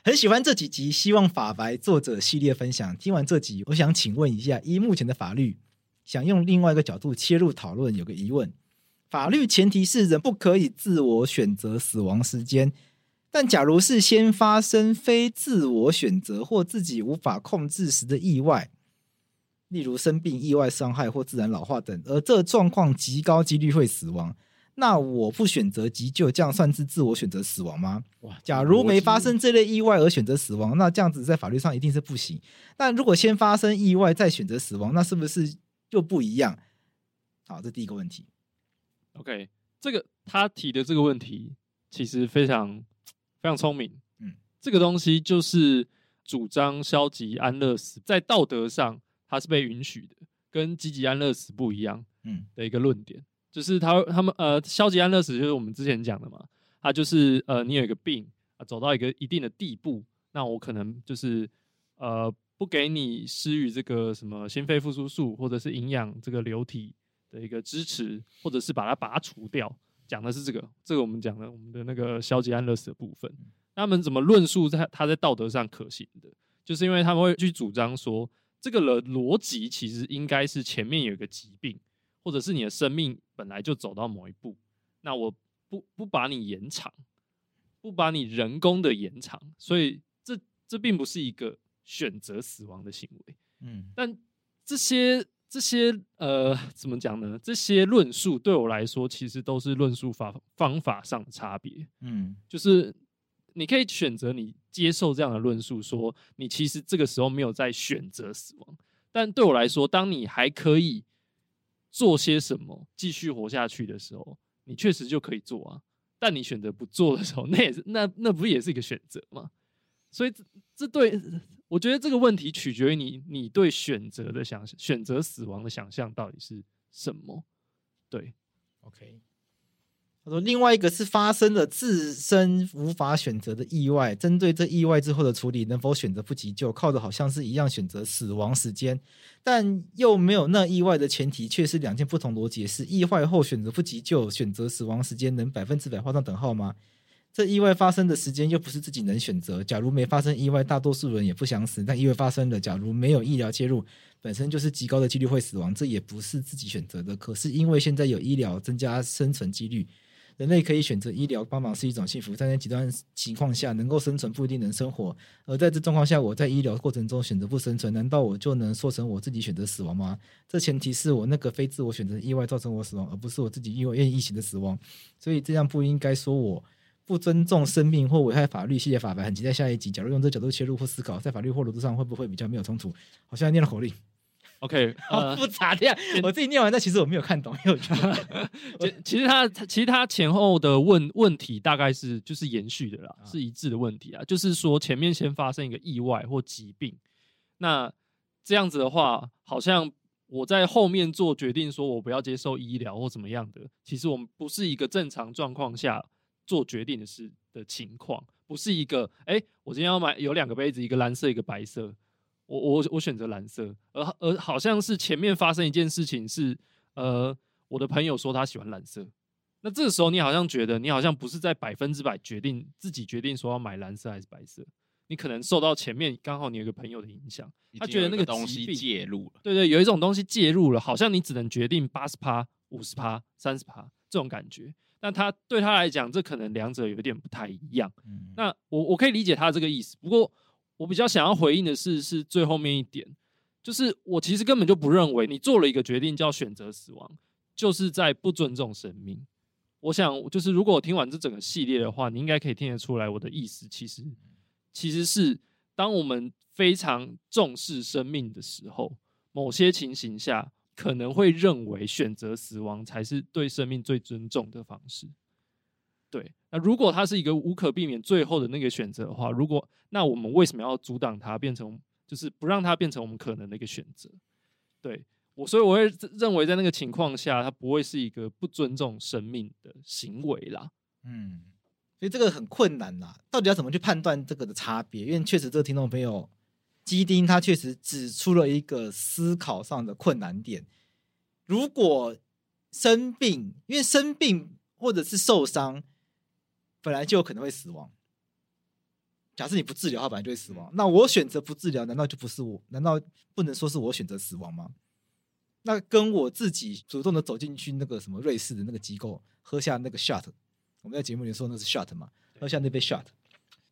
[SPEAKER 3] 很喜欢这几集，希望法白作者系列分享。听完这集，我想请问一下，依目前的法律，想用另外一个角度切入讨论，有个疑问：法律前提是人不可以自我选择死亡时间，但假如是先发生非自我选择或自己无法控制时的意外，例如生病、意外伤害或自然老化等，而这状况极高几率会死亡，那我不选择急救，这样算是自我选择死亡吗？
[SPEAKER 5] 哇
[SPEAKER 3] 假如没发生这类意外而选择死亡，那这样子在法律上一定是不行。那如果先发生意外再选择死亡，那是不是就不一样？好，这第一个问题。
[SPEAKER 6] OK，这个他提的这个问题其实非常非常聪明。
[SPEAKER 3] 嗯
[SPEAKER 6] 嗯，这个东西就是主张消极安乐死，在道德上它是被允许的，跟积极安乐死不一样
[SPEAKER 3] 嗯
[SPEAKER 6] 的一个论点。就是他他们呃，消极安乐死就是我们之前讲的嘛，它就是呃，你有一个病啊，走到一个一定的地步，那我可能就是呃，不给你施予这个什么心肺复苏术或者是营养这个流体的一个支持，或者是把它拔除掉。讲的是这个，这个我们讲的我们的那个消极安乐死的部分。那他们怎么论述在他在道德上可行的？就是因为他们会去主张说，这个逻逻辑其实应该是前面有一个疾病，或者是你的生命本来就走到某一步，那我不不把你延长，不把你人工的延长，所以这这并不是一个选择死亡的行为。
[SPEAKER 3] 嗯
[SPEAKER 6] 但这些这些呃，怎么讲呢？这些论述对我来说，其实都是论述法方法上的差别。
[SPEAKER 3] 嗯
[SPEAKER 6] 就是你可以选择你接受这样的论述，说你其实这个时候没有在选择死亡。但对我来说，当你还可以做些什么继续活下去的时候，你确实就可以做啊。但你选择不做的时候，那 也是那那不也是一个选择吗？所以这这对我觉得这个问题取决于你你对选择的想选择死亡的想象到底是什么。对，
[SPEAKER 3] ，OK。他说，另外一个是发生了自身无法选择的意外，针对这意外之后的处理，能否选择不急救，靠的好像是一样选择死亡时间，但又没有那意外的前提，却是两件不同逻辑：是意外后选择不急救，选择死亡时间能百分之百画上等号吗？这意外发生的时间又不是自己能选择。假如没发生意外，大多数人也不想死；但意外发生了，假如没有医疗介入，本身就是极高的几率会死亡，这也不是自己选择的。可是因为现在有医疗增加生存几率，人类可以选择医疗帮忙是一种幸福，但在极端情况下，能够生存不一定能生活。而在这状况下，我在医疗过程中选择不生存，难道我就能说成我自己选择死亡吗？这前提是我那个非自我选择的意外造成我死亡，而不是我自己因为愿意起的死亡。所以这样不应该说我不尊重生命或危害法律。谢谢法白，很期待下一集。假如用这角度切入或思考，在法律或逻辑上会不会比较没有冲突？好像念了口令。
[SPEAKER 6] OK，
[SPEAKER 3] 好
[SPEAKER 6] 呃，
[SPEAKER 3] 复杂的呀！我自己念完，但其实我没有看懂，因为我觉得
[SPEAKER 6] 其其实他他其实他前后的问问题大概是就是延续的啦，是一致的问题啊，就是说前面先发生一个意外或疾病，那这样子的话，好像我在后面做决定，说我不要接受医疗或怎么样的，其实我们不是一个正常状况下做决定的事的情况，不是一个哎、诶我今天要买有两个杯子，一个蓝色一个白色，我我我选择蓝色，而而好像是前面发生一件事情是，呃，我的朋友说他喜欢蓝色，那这个时候你好像觉得你好像不是在百分之百决定自己决定说要买蓝色还是白色，你可能受到前面刚好你有一个朋友的影响，他觉得那个
[SPEAKER 5] 东
[SPEAKER 6] 疾
[SPEAKER 5] 西
[SPEAKER 6] 病
[SPEAKER 5] 介入了，
[SPEAKER 6] 对对，有一种东西介入了，好像你只能决定八十趴、五十趴、三十趴这种感觉。但他对他来讲，这可能两者有点不太一样。
[SPEAKER 3] 嗯
[SPEAKER 6] 那我我可以理解他这个意思，不过我比较想要回应的是，是最后面一点，就是我其实根本就不认为你做了一个决定叫选择死亡，就是在不尊重生命。我想，就是如果我听完这整个系列的话，你应该可以听得出来，我的意思其实其实是，当我们非常重视生命的时候，某些情形下可能会认为选择死亡才是对生命最尊重的方式。对，那如果它是一个无可避免最后的那个选择的话，如果那我们为什么要阻挡它，变成就是不让它变成我们可能的一个选择？对我，所以我会认为在那个情况下，它不会是一个不尊重生命的行为啦。
[SPEAKER 3] 嗯，所以这个很困难啦，到底要怎么去判断这个的差别？因为确实这个听众朋友基丁他确实指出了一个思考上的困难点。如果生病，因为生病或者是受伤，本来就有可能会死亡。假设你不治疗，它本来就会死亡。那我选择不治疗，难道就不是我？难道不能说是我选择死亡吗？那跟我自己主动的走进去那个什么瑞士的那个机构，喝下那个 shot，我们在节目里说那是 shot 嘛，喝下那杯 shot，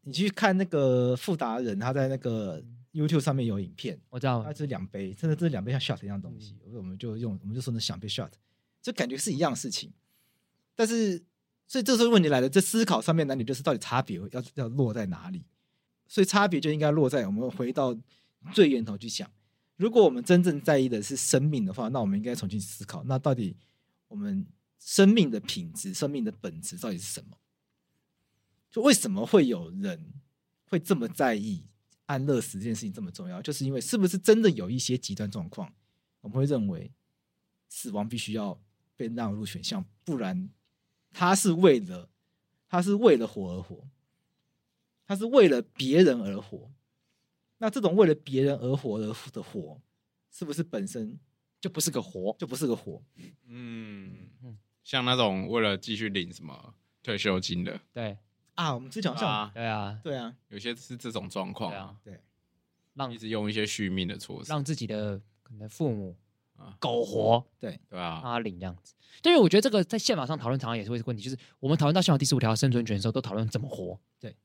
[SPEAKER 3] 你去看那个富达人，他在那个 YouTube 上面有影片，
[SPEAKER 2] 我知道
[SPEAKER 3] 他就是两杯，真的这两杯像 shot 一样东西，我们就用我们就说那想杯 shot，就感觉是一样的事情。但是，所以这时候问题来了，这思考上面男女就是到底差别要要落在哪里？所以差别就应该落在我们回到最源头去想。如果我们真正在意的是生命的话，那我们应该重新思考，那到底我们生命的品质、生命的本质到底是什么？就为什么会有人会这么在意安乐死这件事情这么重要？就是因为是不是真的有一些极端状况，我们会认为死亡必须要被纳入选项，不然他是为了他是为了活而活，他是为了别人而活。那这种为了别人而活的的活，是不是本身
[SPEAKER 5] 就不是个活。
[SPEAKER 3] 就不是个活？
[SPEAKER 5] 嗯，像那种为了继续领什么退休金的，
[SPEAKER 2] 对
[SPEAKER 3] 啊，我们之前好像、
[SPEAKER 5] 啊
[SPEAKER 2] 对啊，
[SPEAKER 3] 对啊，
[SPEAKER 5] 有些是这种状况
[SPEAKER 2] 对，啊，
[SPEAKER 3] 对，
[SPEAKER 2] 让
[SPEAKER 5] 一直用一些续命的措施，
[SPEAKER 2] 让自己的可能父母
[SPEAKER 5] 啊
[SPEAKER 2] 苟活，
[SPEAKER 5] 对啊
[SPEAKER 2] 让，他领这样子。对因为我觉得这个在宪法上讨论，常常也是会是问题，就是我们讨论到宪法第十五条生存权的时候，都讨论怎么活，
[SPEAKER 3] 对，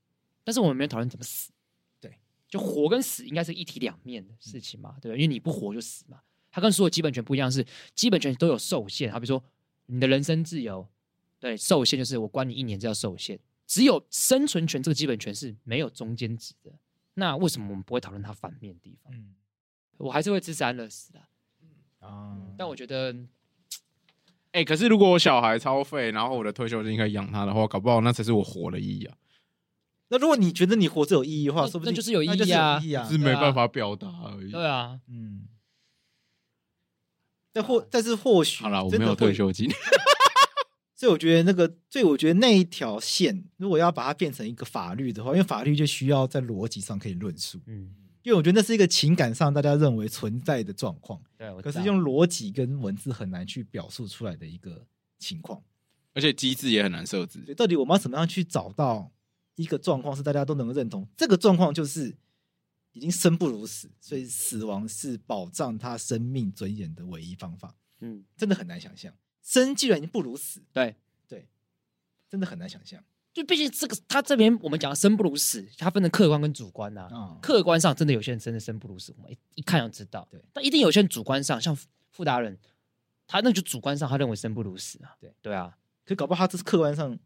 [SPEAKER 2] 但是我们没有讨论怎么死，
[SPEAKER 3] 对，
[SPEAKER 2] 就活跟死应该是一体两面
[SPEAKER 3] 嗯
[SPEAKER 2] 的事情嘛，对吧？因为你不活就死嘛。它跟所有基本权不一样是，基本权都有受限，好比说你的人身自由，对，受限就是我关你一年就要受限，只有生存权这个基本权是没有中间值的。那为什么我们不会讨论它反面的地方？
[SPEAKER 3] 嗯
[SPEAKER 2] 我还是会支持安乐死的，
[SPEAKER 3] 啊，
[SPEAKER 2] 但我觉得
[SPEAKER 5] 哎、可是如果我小孩超废，然后我的退休金可以养他的话，搞不好那才是我活的意义啊，
[SPEAKER 3] 那如果你觉得你活着有意义的话，
[SPEAKER 2] 那
[SPEAKER 3] 说不
[SPEAKER 2] 那
[SPEAKER 3] 定
[SPEAKER 2] 就是有意义啊
[SPEAKER 3] 那就是有 意义啊
[SPEAKER 5] 只是没办法表达而已。
[SPEAKER 2] 对啊，
[SPEAKER 3] 嗯。但或但是或许
[SPEAKER 5] 好了，我
[SPEAKER 3] 真
[SPEAKER 5] 没
[SPEAKER 3] 的
[SPEAKER 5] 有
[SPEAKER 3] 会
[SPEAKER 5] 退，休 金，
[SPEAKER 3] 所以我觉得那个，所以我觉得那一条线，如果要把它变成一个法律的话，因为法律就需要在逻辑上可以论述，
[SPEAKER 2] 嗯，
[SPEAKER 3] 因为我觉得那是一个情感上大家认为存在的状况，
[SPEAKER 2] 对，我
[SPEAKER 3] 可
[SPEAKER 2] 知
[SPEAKER 3] 是
[SPEAKER 2] 道
[SPEAKER 3] 用逻辑跟文字很难去表述出来的一个情况。
[SPEAKER 5] 而且机制也很难设
[SPEAKER 3] 对，
[SPEAKER 5] 置。
[SPEAKER 3] 到底我们要怎么样去找到一个状况是大家都能够认同？这个状况就是已经生不如死，所以死亡是保障他生命尊严的唯一方法。
[SPEAKER 2] 嗯，
[SPEAKER 3] 真的很难想象，生既然已经不如死，
[SPEAKER 2] 对
[SPEAKER 3] 对，真的很难想象
[SPEAKER 2] 就毕竟这个他这边我们讲生不如死，它分成客观跟主观呐、
[SPEAKER 3] 啊。
[SPEAKER 2] 客观上真的有些人真的生不如死，我们一一看就知道。
[SPEAKER 3] 对，
[SPEAKER 2] 但一定有些人主观上，像傅达人，他那就主观上他认为生不如死啊。
[SPEAKER 3] 对
[SPEAKER 2] 对啊，
[SPEAKER 3] 可搞不好他这是客观上，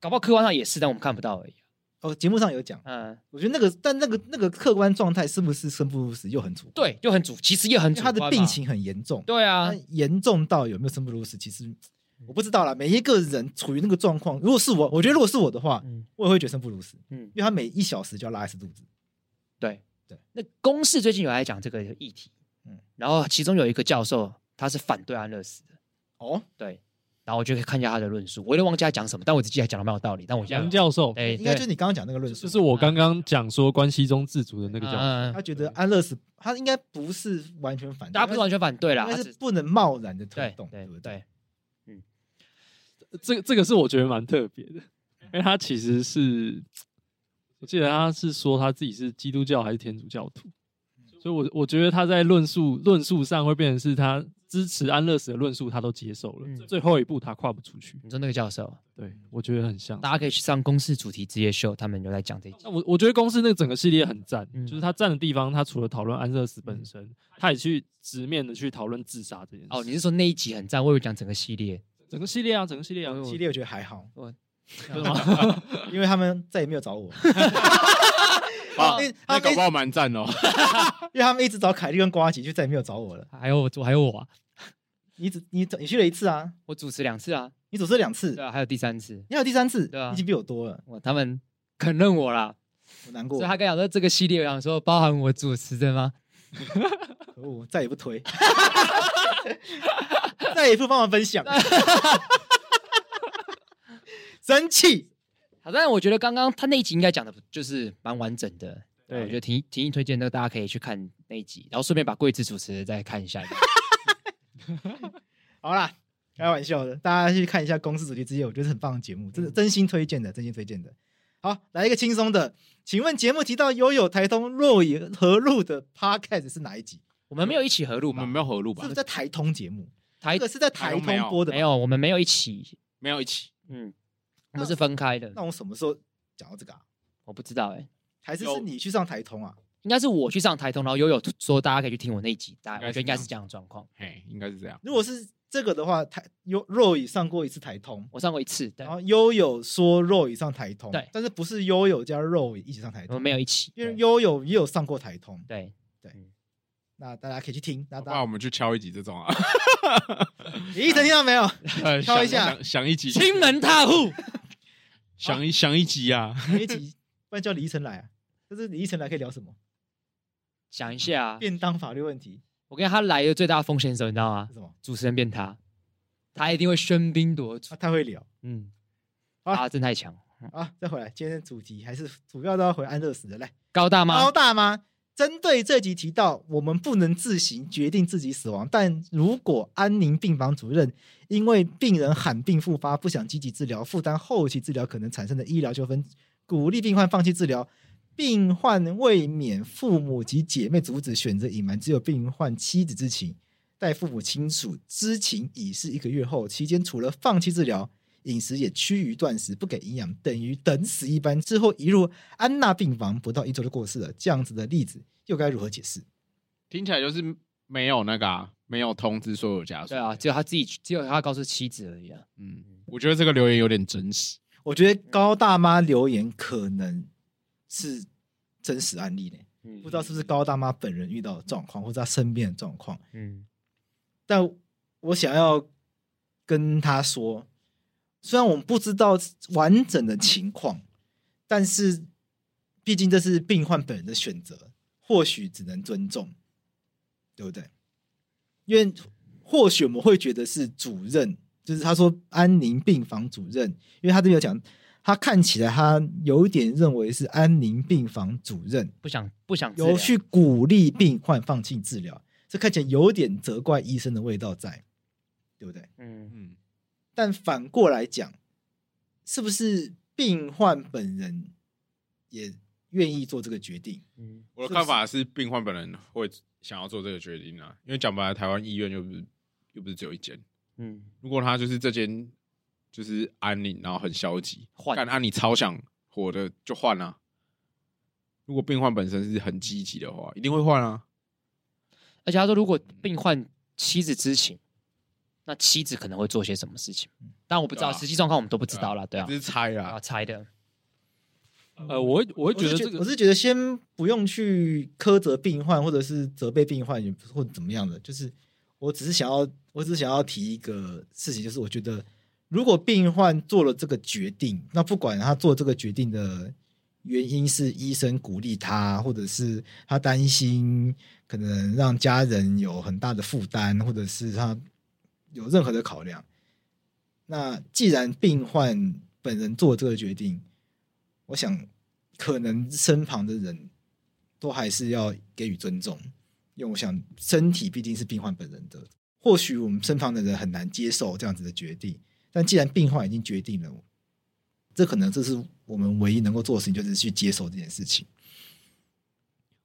[SPEAKER 2] 搞不好客观上也是，但我们看不到而已啊。
[SPEAKER 3] 哦，节目上有讲，
[SPEAKER 2] 嗯，
[SPEAKER 3] 我觉得那个，但那个那个客观状态是不是生不如死又很主观，
[SPEAKER 2] 对，就很主，其实也很
[SPEAKER 3] 因为
[SPEAKER 2] 主
[SPEAKER 3] 他
[SPEAKER 2] 观
[SPEAKER 3] 的
[SPEAKER 2] 嘛
[SPEAKER 3] 病，情哎很严重，
[SPEAKER 2] 对啊
[SPEAKER 3] 那，严重到有没有生不如死，其实我不知道啦。每一个人处于那个状况，如果是我，我觉得如果是我的话，
[SPEAKER 2] 嗯
[SPEAKER 3] 我也会觉得生不如死，
[SPEAKER 2] 嗯
[SPEAKER 3] 因，为他每一小时就要拉一次肚子。
[SPEAKER 2] 对
[SPEAKER 3] 对。
[SPEAKER 2] 那公视最近有来讲这个议题，嗯
[SPEAKER 3] 嗯，
[SPEAKER 2] 然后其中有一个教授他是反对安乐死的，
[SPEAKER 3] 哦，
[SPEAKER 2] 对，然后我就可以看一下他的论述，我有点忘记他讲什么，但我只记得他讲的蛮有道理。但我现
[SPEAKER 6] 杨
[SPEAKER 2] 在
[SPEAKER 6] 教授，
[SPEAKER 2] 哎，
[SPEAKER 3] 应该就是
[SPEAKER 2] 对
[SPEAKER 3] 你刚刚讲那个论述，
[SPEAKER 6] 就是我刚刚讲说关系中自主的那个教授，
[SPEAKER 2] 嗯嗯
[SPEAKER 3] 他觉得安乐死，他应该不是完全反对，
[SPEAKER 2] 大家不是完全反对啦，
[SPEAKER 3] 应
[SPEAKER 2] 他
[SPEAKER 3] 该
[SPEAKER 2] 只
[SPEAKER 3] 是不能贸然的推
[SPEAKER 2] 对
[SPEAKER 3] 动，
[SPEAKER 2] 对
[SPEAKER 3] 不
[SPEAKER 2] 对？
[SPEAKER 6] 这个这个是我觉得蛮特别的，因为他其实是，我记得他是说他自己是基督教还是天主教徒，所以我我觉得他在论述论述上会变成是他支持安乐死的论述，他都接受了，
[SPEAKER 2] 嗯
[SPEAKER 6] 最后一步他跨不出去。
[SPEAKER 2] 你说那个教授，
[SPEAKER 6] 对，我觉得很像。
[SPEAKER 2] 大家可以去上公视主题职业秀，他们有在讲这一集。
[SPEAKER 6] 那我我觉得公司那个整个系列很赞，
[SPEAKER 2] 嗯
[SPEAKER 6] 就是他站的地方，他除了讨论安乐死本身，他也去直面的去讨论自杀这件事。
[SPEAKER 2] 哦，你是说那一集很赞？我有讲整个系列，
[SPEAKER 6] 整个系列啊，整个系列啊，
[SPEAKER 3] 系列我觉得还好，
[SPEAKER 6] 真的吗？
[SPEAKER 2] 哦
[SPEAKER 3] 因为他们再也没有找我，
[SPEAKER 5] 啊
[SPEAKER 3] 因为，他
[SPEAKER 5] 那搞
[SPEAKER 3] 们
[SPEAKER 5] 不好蛮赞哦。
[SPEAKER 3] 因为他们一直找凯莉跟瓜吉，就再也没有找我了。
[SPEAKER 2] 还有我，还有我啊，
[SPEAKER 3] 你只你你去了一次啊，
[SPEAKER 2] 我主持两次啊，
[SPEAKER 3] 你组织两次
[SPEAKER 2] 对，啊，还有第三次，
[SPEAKER 3] 你还有第三次，
[SPEAKER 2] 对啊
[SPEAKER 3] 已经比我多了，
[SPEAKER 2] 我他们肯认我啦，
[SPEAKER 3] 我难过
[SPEAKER 2] 所以，他跟我讲说这个系列，我想说包含我主持的吗？
[SPEAKER 3] 可恶，哦再也不推， 再也不帮我分享， 生气。
[SPEAKER 2] 好，但是我觉得刚刚他那一集应该讲的就是蛮完整的。对，我觉得婷婷婷推荐那个大家可以去看那一集，然后顺便把桂枝主持的再看一下。
[SPEAKER 3] 好啦，开玩笑的，大家去看一下《公司主题之夜》，我觉得是很棒的节目，真
[SPEAKER 2] 嗯
[SPEAKER 3] 的真心推荐的，真心推荐的。好，来一个轻松的，请问节目提到悠有台通若野和路的 podcast 是哪一集？
[SPEAKER 2] 我们没有一起合录
[SPEAKER 5] 我
[SPEAKER 2] 吧
[SPEAKER 5] 们？没有合录
[SPEAKER 3] 是
[SPEAKER 5] 吧
[SPEAKER 3] 不是？在台通节目？
[SPEAKER 2] 台
[SPEAKER 3] 这个是在
[SPEAKER 5] 台
[SPEAKER 3] 台
[SPEAKER 5] 通没有
[SPEAKER 3] 通播的吧，
[SPEAKER 2] 没有，我们没有一起，
[SPEAKER 5] 没有一起，
[SPEAKER 2] 嗯，我们是分开的
[SPEAKER 3] 那。我什么时候讲到这个啊？
[SPEAKER 2] 我不知道哎、
[SPEAKER 3] 还是是你去上台通啊？
[SPEAKER 2] 应该是我去上台通，然后悠悠说大家可以去听我那一集，大家我觉得应
[SPEAKER 5] 应
[SPEAKER 2] 该
[SPEAKER 5] 该
[SPEAKER 2] 是
[SPEAKER 5] 是
[SPEAKER 2] 这样的状况。
[SPEAKER 5] 嘿，应该是这样。
[SPEAKER 3] 如果是这个的话，台有 Roy 上过一次台通，
[SPEAKER 2] 我上过一次，对
[SPEAKER 3] 然，后悠悠说 Roy 上台通，
[SPEAKER 2] 对
[SPEAKER 3] 但是不是悠悠加 Roy 一起上台
[SPEAKER 2] 我们
[SPEAKER 3] 通，
[SPEAKER 2] 没有一起，
[SPEAKER 3] 因为
[SPEAKER 2] 对
[SPEAKER 3] 悠悠也有上过台通，
[SPEAKER 2] 对，
[SPEAKER 3] 那大家可以去听。那
[SPEAKER 5] 好
[SPEAKER 3] 大
[SPEAKER 5] 吧，我
[SPEAKER 3] 家，
[SPEAKER 5] 们去敲一集这种啊，
[SPEAKER 3] 咦，听到没有？
[SPEAKER 5] 呃
[SPEAKER 3] 敲一
[SPEAKER 5] 想
[SPEAKER 3] 下
[SPEAKER 5] 想想一集，
[SPEAKER 2] 亲门踏户，
[SPEAKER 5] 想一想一集啊，
[SPEAKER 3] 那一集，不然叫李依晨来啊。就是李依晨来可以聊什么？
[SPEAKER 2] 想一下啊，
[SPEAKER 3] 便当法律问题
[SPEAKER 2] 我跟你讲他来的最大风险是什么，你知道吗
[SPEAKER 3] 是？什么？
[SPEAKER 2] 主持人变他，他一定会喧宾夺主
[SPEAKER 3] 啊，，他会聊
[SPEAKER 2] 嗯，
[SPEAKER 3] 好
[SPEAKER 2] 他真太强，
[SPEAKER 3] 啊。再回来，今天的主题还是主要都要回安乐死的。来，
[SPEAKER 2] 高大
[SPEAKER 3] 高
[SPEAKER 2] 吗？
[SPEAKER 3] 大妈针对这集提到，我们不能自行决定自己死亡，但如果安宁病房主任因为病人罕病复发，不想积极治疗，负担后期治疗可能产生的医疗纠纷，鼓励病患放弃治疗。病患为免父母及姐妹阻止，选择隐瞒只有病患妻子知情，待父母亲属知情已是一个月后，期间除了放弃治疗，饮食也趋于断食，不给营养，等于等死一般。之后一入安娜病房，不到一周就过世了。这样子的例子又该如何解释？
[SPEAKER 5] 听起来就是没有那个啊，没有通知所有家属。
[SPEAKER 2] 对啊，，只有他自己，只有他告诉妻子而已啊。
[SPEAKER 5] 嗯，我觉得这个留言有点真实。
[SPEAKER 3] 我觉得高大妈留言可能是真实案例呢，
[SPEAKER 2] 嗯
[SPEAKER 3] 不知道是不是高大妈本人遇到的状况，或者她身边的状况。
[SPEAKER 2] 嗯，
[SPEAKER 3] 但我想要跟他说，虽然我们不知道完整的情况，但是毕竟这是病患本人的选择，或许只能尊重，对不对？因为或许我们会觉得是主任，就是他说安宁病房主任，因为他这边有讲，他看起来他有一点认为是安宁病房主任，
[SPEAKER 2] 不想不想治疗
[SPEAKER 3] 有去鼓励病患放弃治疗，这看起来有点责怪医生的味道在，对不对？
[SPEAKER 2] 嗯，
[SPEAKER 5] 嗯，
[SPEAKER 3] 但反过来讲，是不是病患本人也愿意做这个决定？
[SPEAKER 2] 嗯
[SPEAKER 5] 我的看法是，病患本人会想要做这个决定啊，因为讲白了，台湾医院又不是又不是只有一间。
[SPEAKER 2] 嗯，
[SPEAKER 5] 如果他就是这间就是安宁，然后很消极，
[SPEAKER 2] 换
[SPEAKER 5] 干啊安你超想活的就换啊。如果病患本身是很积极的话，一定会换啊。
[SPEAKER 2] 而且他说，如果病患妻子知情，那妻子可能会做些什么事情？但我不知道，
[SPEAKER 5] 对啊
[SPEAKER 2] 实际状况我们都不知道啦，对啊
[SPEAKER 5] 只，是猜
[SPEAKER 2] 啊
[SPEAKER 5] 啦。
[SPEAKER 2] 猜的，
[SPEAKER 6] 呃，我会我
[SPEAKER 3] 我
[SPEAKER 6] 会觉
[SPEAKER 3] 是
[SPEAKER 6] 得
[SPEAKER 3] 觉
[SPEAKER 6] 这个
[SPEAKER 3] 我是觉得先不用去苛责病患，或者是责备病患，也不或者怎么样的。就是我只是想要，我只是想要提一个事情，就是我觉得如果病患做了这个决定，那不管他做这个决定的原因是医生鼓励他，或者是他担心可能让家人有很大的负担，或者是他有任何的考量。那既然病患本人做这个决定，我想可能身旁的人都还是要给予尊重，因为我想身体毕竟是病患本人的，或许我们身旁的人很难接受这样子的决定，但既然病患已经决定了，这可能这是我们唯一能够做的事情，就是去接受这件事情。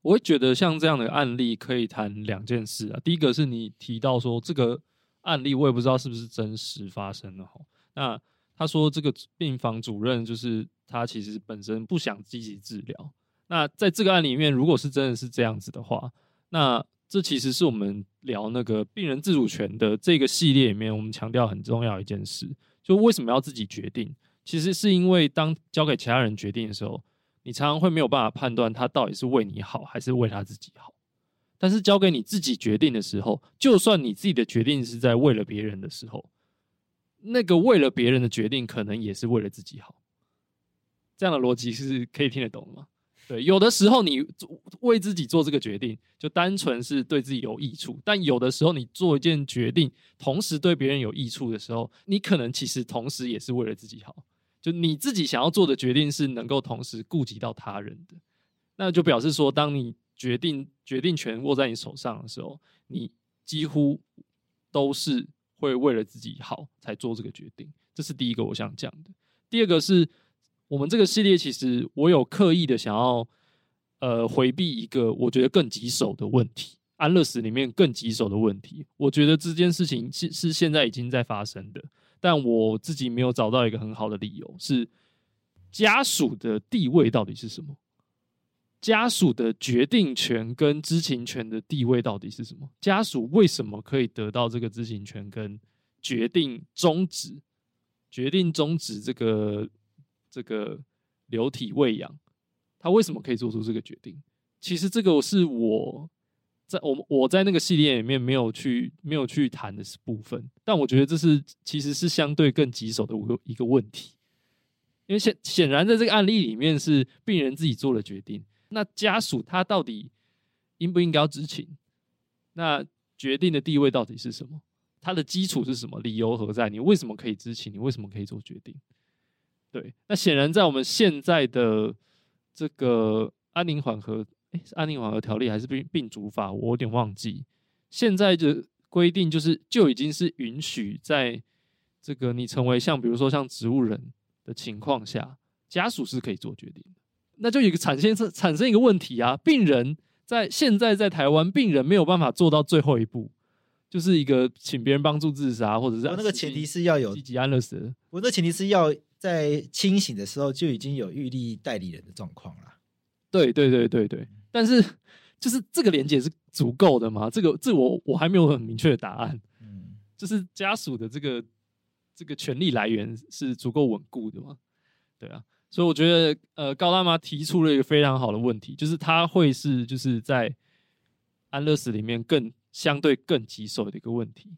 [SPEAKER 6] 我会觉得像这样的案例可以谈两件事啊。第一个是你提到说这个案例，我也不知道是不是真实发生的哈。那他说这个病房主任就是他其实本身不想积极治疗。那在这个案里面，如果是真的是这样子的话，那这其实是我们聊那个病人自主权的这个系列里面，我们强调很重要一件事，就为什么要自己决定？其实是因为当交给其他人决定的时候，你常常会没有办法判断他到底是为你好还是为他自己好。但是交给你自己决定的时候，就算你自己的决定是在为了别人的时候，那个为了别人的决定，可能也是为了自己好。这样的逻辑是可以听得懂的吗？对，有的时候你做为自己做这个决定，就单纯是对自己有益处；但有的时候你做一件决定，同时对别人有益处的时候，你可能其实同时也是为了自己好。就你自己想要做的决定是能够同时顾及到他人的，那就表示说，当你决定决定权握在你手上的时候，你几乎都是会为了自己好才做这个决定。这是第一个我想讲的。第二个是我们这个系列，其实我有刻意的想要呃回避一个我觉得更棘手的问题，安乐死里面更棘手的问题。我觉得这件事情是是现在已经在发生的，但我自己没有找到一个很好的理由，是家属的地位到底是什么？家属的决定权跟知情权的地位到底是什么？家属为什么可以得到这个知情权跟决定终止、决定终止这个这个流体喂养？他为什么可以做出这个决定？其实这个是我在我们我在那个系列里面没有去没有去谈的部分，但我觉得这是其实是相对更棘手的一个一个问题，因为显显然在这个案例里面是病人自己做了决定，那家属他到底应不应该要知情？那决定的地位到底是什么？它的基础是什么？理由何在？你为什么可以知情？你为什么可以做决定？对，那显然在我们现在的这个安宁缓和，诶，是安宁缓和条例还是病病主法？我有点忘记。现在的规定就是就已经是允许在这个你成为像比如说像植物人的情况下，家属是可以做决定的。那就有一个产生产生一个问题啊，病人在现在在台湾，病人没有办法做到最后一步，就是一个请别人帮助自杀，或者啊是
[SPEAKER 3] 我哦那个前提是要有
[SPEAKER 6] 积极安乐死。
[SPEAKER 3] 我那前提是要在清醒的时候就已经有预立代理人的状况啦。
[SPEAKER 6] 对对对对对，但是就是这个连接是足够的吗？这个这我我还没有很明确的答案。
[SPEAKER 3] 嗯，
[SPEAKER 6] 就是家属的这个这个权利来源是足够稳固的嘛？对啊，所以我觉得呃，高大妈提出了一个非常好的问题，就是他会是就是在安乐死里面更相对更棘手的一个问题。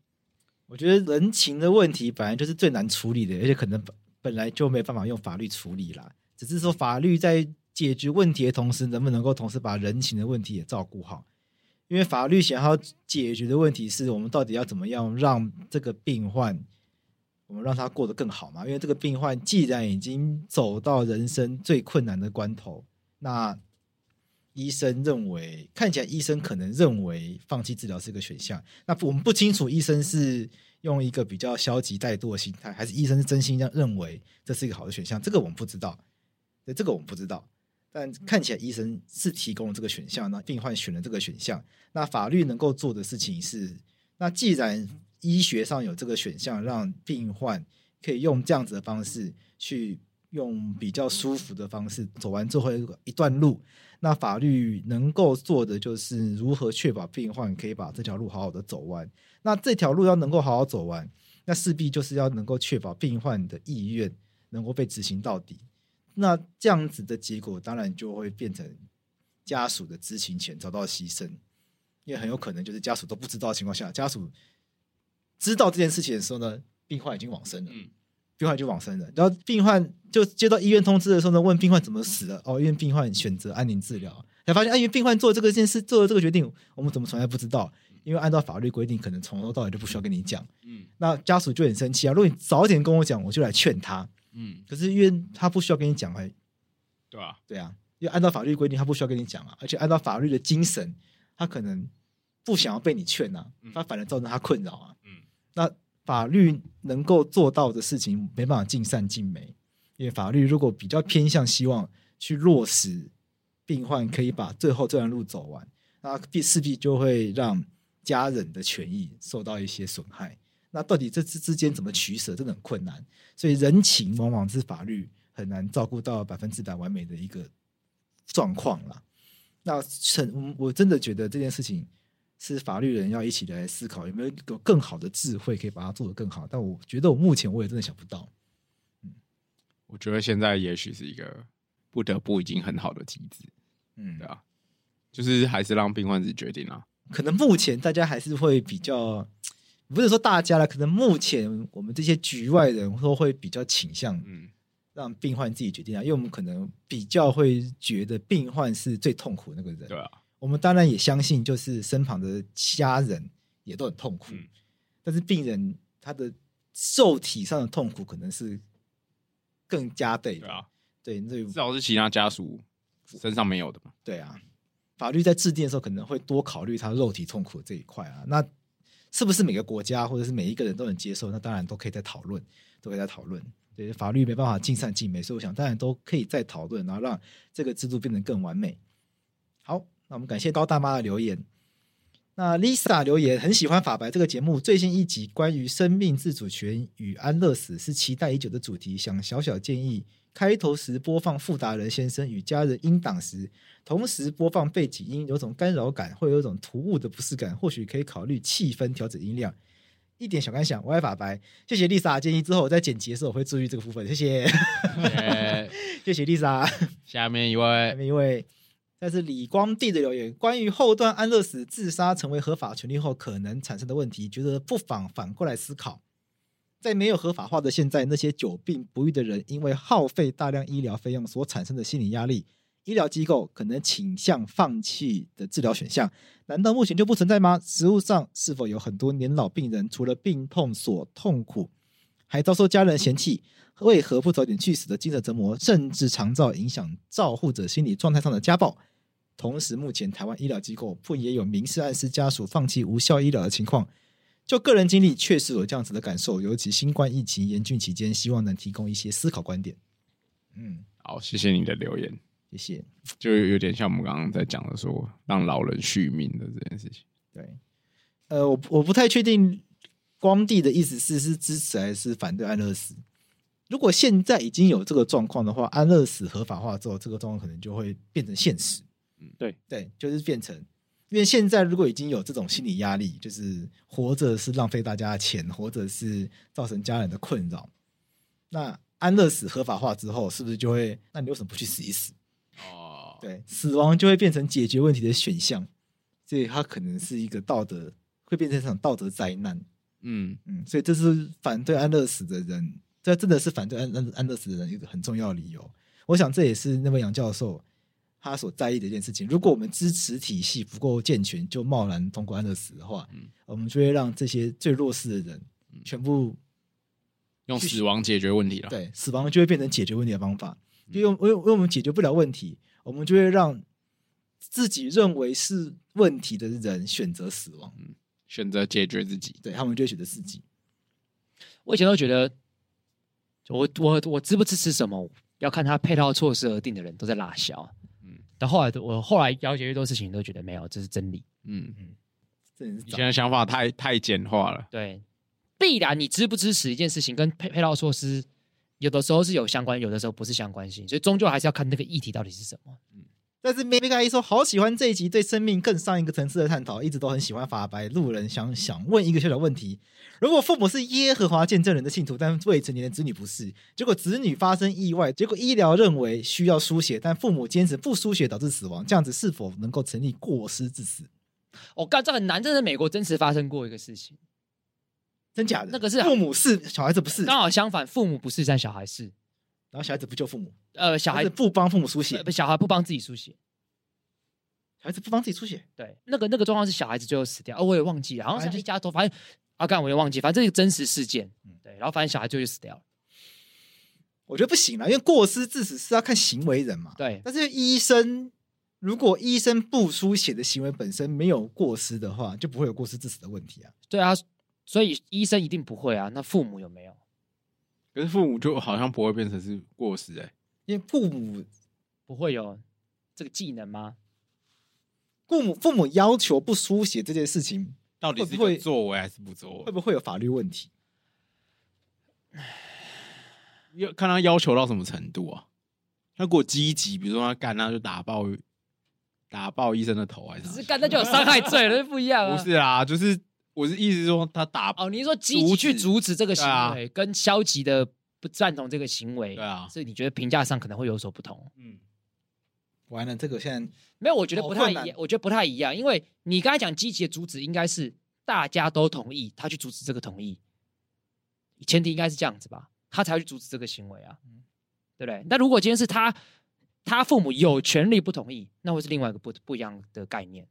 [SPEAKER 3] 我觉得人情的问题本来就是最难处理的，而且可能本本来就没办法用法律处理啦。只是说法律在解决问题的同时，能不能够同时把人情的问题也照顾好？因为法律想要解决的问题是我们到底要怎么样让这个病患，我们让他过得更好嘛？因为这个病患既然已经走到人生最困难的关头，那医生认为看起来医生可能认为放弃治疗是一个选项，那我们不清楚医生是用一个比较消极怠惰的心态，还是医生是真心这样认为这是一个好的选项，这个我们不知道，对，这个我们不知道。但看起来医生是提供了这个选项，那病患选了这个选项，那法律能够做的事情是，那既然医学上有这个选项，让病患可以用这样子的方式去用比较舒服的方式走完最后一个一段路，那法律能够做的就是如何确保病患可以把这条路好好的走完。那这条路要能够好好走完，那势必就是要能够确保病患的意愿能够被执行到底。那这样子的结果，当然就会变成家属的知情权遭到牺牲，因为很有可能就是家属都不知道的情况下，家属知道这件事情的时候呢，病患已经往生了。
[SPEAKER 5] 嗯
[SPEAKER 3] 病患就往生了。然后病患就接到医院通知的时候呢，问病患怎么死的，哦，因为病患选择安宁治疗，才发现，哎，因为病患做这个件事，做了这个决定，我们怎么从来不知道？因为按照法律规定，可能从头到尾都不需要跟你讲。
[SPEAKER 5] 嗯
[SPEAKER 3] 那家属就很生气啊！如果你早点跟我讲，我就来劝他。
[SPEAKER 5] 嗯，
[SPEAKER 3] 可是因为他不需要跟你讲，哎，
[SPEAKER 5] 对啊，
[SPEAKER 3] 对啊，因为按照法律规定，他不需要跟你讲啊，而且按照法律的精神，他可能不想要被你劝啊
[SPEAKER 5] 嗯，
[SPEAKER 3] 他反而造成他困扰啊。
[SPEAKER 5] 嗯，
[SPEAKER 3] 那法律能够做到的事情，没办法尽善尽美，因为法律如果比较偏向希望去落实病患可以把最后这段路走完，那必势必就会让家人的权益受到一些损害。那到底这之之间怎么取舍，真的很困难。所以人情往往是法律很难照顾到百分之百完美的一个状况啦。那很，嗯我真的觉得这件事情是法律人要一起来思考，有没有有更好的智慧可以把它做得更好。但我觉得我目前我也真的想不到。
[SPEAKER 5] 我觉得现在也许是一个不得不已经很好的机制，
[SPEAKER 3] 嗯
[SPEAKER 5] 对，啊，就是还是让病患自己决定啊。
[SPEAKER 3] 可能目前大家还是会比较，不是说大家了，可能目前我们这些局外人都会比较倾向
[SPEAKER 5] 嗯
[SPEAKER 3] 让病患自己决定啊，因为我们可能比较会觉得病患是最痛苦的那个人。
[SPEAKER 5] 对啊，
[SPEAKER 3] 我们当然也相信，就是身旁的家人也都很痛苦，
[SPEAKER 5] 嗯
[SPEAKER 3] 但是病人他的肉体上的痛苦可能是更加倍的。
[SPEAKER 5] 对啊，
[SPEAKER 3] 对，所以
[SPEAKER 5] 至少是其他家属身上没有的嘛。
[SPEAKER 3] 对啊，法律在制定的时候可能会多考虑他肉体痛苦这一块啊。那是不是每个国家或者是每一个人都能接受？那当然都可以再讨论，都可以再讨论。对，法律没办法尽善尽美，所以我想当然都可以再讨论，然后让这个制度变得更完美。好，那我们感谢高大妈的留言。那 Lisa 留言很喜欢法白这个节目，最新一集关于生命自主权与安乐死是期待已久的主题，想小小建议开头时播放富达人先生与家人音档时，同时播放背景音，有种干扰感，会有一种突兀的不适感。或许可以考虑气氛调整音量。一点小感想，我爱法白，谢谢丽莎的建议。之后我在剪辑的时候我会注意这个部分，谢谢，
[SPEAKER 5] 呃
[SPEAKER 3] 谢谢丽莎。
[SPEAKER 5] 下面一
[SPEAKER 3] 下
[SPEAKER 5] 位，
[SPEAKER 3] 面一位，但是李光地的留言，关于后段安乐死自杀成为合法权利后可能产生的问题，觉得不妨反过来思考。在没有合法化的现在，那些久病不愈的人，因为耗费大量医疗费用所产生的心理压力，医疗机构可能倾向放弃的治疗选项，难道目前就不存在吗？实物上是否有很多年老病人除了病痛所痛苦，还遭受家人嫌弃，为何不早点去死的精神折磨，甚至常造影响照护者心理状态上的家暴。同时，目前台湾医疗机构不也有明示暗示家属放弃无效医疗的情况？就个人经历，确实有这样子的感受，尤其新冠疫情严峻期间，希望能提供一些思考观点。嗯，
[SPEAKER 5] 好，谢谢你的留言，
[SPEAKER 3] 谢谢。
[SPEAKER 5] 就有点像我们刚刚在讲的说让老人续命的这件事情。
[SPEAKER 3] 对，呃，我我不太确定光帝的意思是是支持还是反对安乐死。如果现在已经有这个状况的话，安乐死合法化之后，这个状况可能就会变成现实。嗯，
[SPEAKER 6] 对
[SPEAKER 3] 对，就是变成，因为现在如果已经有这种心理压力，就是活着是浪费大家的钱，活着是造成家人的困扰，那安乐死合法化之后，是不是就会？那你为什么不去死一死？
[SPEAKER 5] 哦，
[SPEAKER 3] 对，死亡就会变成解决问题的选项，所以它可能是一个道德，会变成一场道德灾难。
[SPEAKER 5] 嗯，
[SPEAKER 3] 嗯，所以这是反对安乐死的人，这真的是反对安安安乐死的人一个很重要的理由。我想这也是那位杨教授他所在意的一件事情。如果我们支持体系不够健全，就贸然通过安乐死的话，
[SPEAKER 5] 嗯
[SPEAKER 3] 我们就会让这些最弱势的人全部
[SPEAKER 5] 用死亡解决问题了。，
[SPEAKER 3] 对，死亡就会变成解决问题的方法，因为我们因为因为我们解决不了问题，我们就会让自己认为是问题的人选择死亡，
[SPEAKER 5] 选择解决自己。
[SPEAKER 3] 对他们就会选择自己。
[SPEAKER 2] 我以前都觉得，我我我支不支持什么，要看他配套措施而定的人都在拉小。嗯
[SPEAKER 5] 嗯，
[SPEAKER 2] 但后来我后来了解越多事情，都觉得没有，这是真理。
[SPEAKER 5] 嗯，
[SPEAKER 3] 这人是
[SPEAKER 5] 以
[SPEAKER 3] 早
[SPEAKER 5] 前的想法太太简化了。
[SPEAKER 2] 对，必然你支不支持一件事情，跟配配套措施有的时候是有相关，有的时候不是相关性，所以终究还是要看那个议题到底是什么。
[SPEAKER 3] 但是 m e g a 一说好喜欢这一集对生命更上一个层次的探讨，一直都很喜欢法白路人想想问一个小小问题：如果父母是耶和华见证人的信徒，但未成年的子女不是，结果子女发生意外，结果医疗认为需要输血，但父母坚持不输血导致死亡，这样子是否能够成立过失致死？
[SPEAKER 2] 我、哦干，这很难，真的美国真实发生过一个事情，
[SPEAKER 3] 真假的？
[SPEAKER 2] 那个是啊
[SPEAKER 3] 父母是，小孩子不是，然
[SPEAKER 2] 刚好相反，父母不是但小孩是，
[SPEAKER 3] 后小孩子不救父母，
[SPEAKER 2] 呃，小
[SPEAKER 3] 小
[SPEAKER 2] 孩
[SPEAKER 3] 孩子不帮父母输血，
[SPEAKER 2] 呃不小孩不帮自己输血。
[SPEAKER 3] 小孩子不帮自己输血，
[SPEAKER 2] 对，那个那个状况是小孩子最后死掉，哦，我也忘记了，好像
[SPEAKER 3] 反正
[SPEAKER 2] 是
[SPEAKER 3] 就
[SPEAKER 2] 一家都，反正啊，干我也忘记，反正这是真实事件
[SPEAKER 3] 嗯，
[SPEAKER 2] 对，然后反正小孩最后就死掉了，
[SPEAKER 3] 我觉得不行啦，因为过失致死是要看行为人嘛。
[SPEAKER 2] 对，
[SPEAKER 3] 但是医生如果医生不书写的行为本身没有过失的话，就不会有过失致死的问题啊。
[SPEAKER 2] 对啊，所以医生一定不会啊，那父母有没有？
[SPEAKER 5] 可是父母就好像不会变成是过失哎、
[SPEAKER 3] 因为父母
[SPEAKER 2] 不会有这个技能吗？
[SPEAKER 3] 父母父母要求不书写这件事情，
[SPEAKER 5] 到底是
[SPEAKER 3] 会不会
[SPEAKER 5] 个作为还是不作
[SPEAKER 3] 会
[SPEAKER 5] 为？
[SPEAKER 3] 不会有法律问题？
[SPEAKER 5] 要看他要求到什么程度啊？他如果积极，比如说他干，那就打爆打爆医生的头还是
[SPEAKER 2] 只
[SPEAKER 5] 啥？
[SPEAKER 2] 是干那就有伤害罪了，那不一样啊。
[SPEAKER 5] 不是啊，就是我是意思是说他打
[SPEAKER 2] 哦，你是说积极去阻止这个行
[SPEAKER 5] 对
[SPEAKER 2] 为，啊跟消极的不赞同这个行为，
[SPEAKER 5] 对啊
[SPEAKER 2] 所以你觉得评价上可能会有所不同？
[SPEAKER 5] 嗯
[SPEAKER 3] 完了，这个现在
[SPEAKER 2] 没有，我觉得
[SPEAKER 3] 好
[SPEAKER 2] 不太
[SPEAKER 3] 哦困
[SPEAKER 2] 一
[SPEAKER 3] 难
[SPEAKER 2] 样，我觉得不太一样，因为你刚才讲积极的阻止，应该是大家都同意，他去阻止这个同意，前提应该是这样子吧，他才会去阻止这个行为啊，
[SPEAKER 3] 嗯
[SPEAKER 2] 对不对？那如果今天是他，他父母有权利不同意，那会是另外一个不不一样的概念。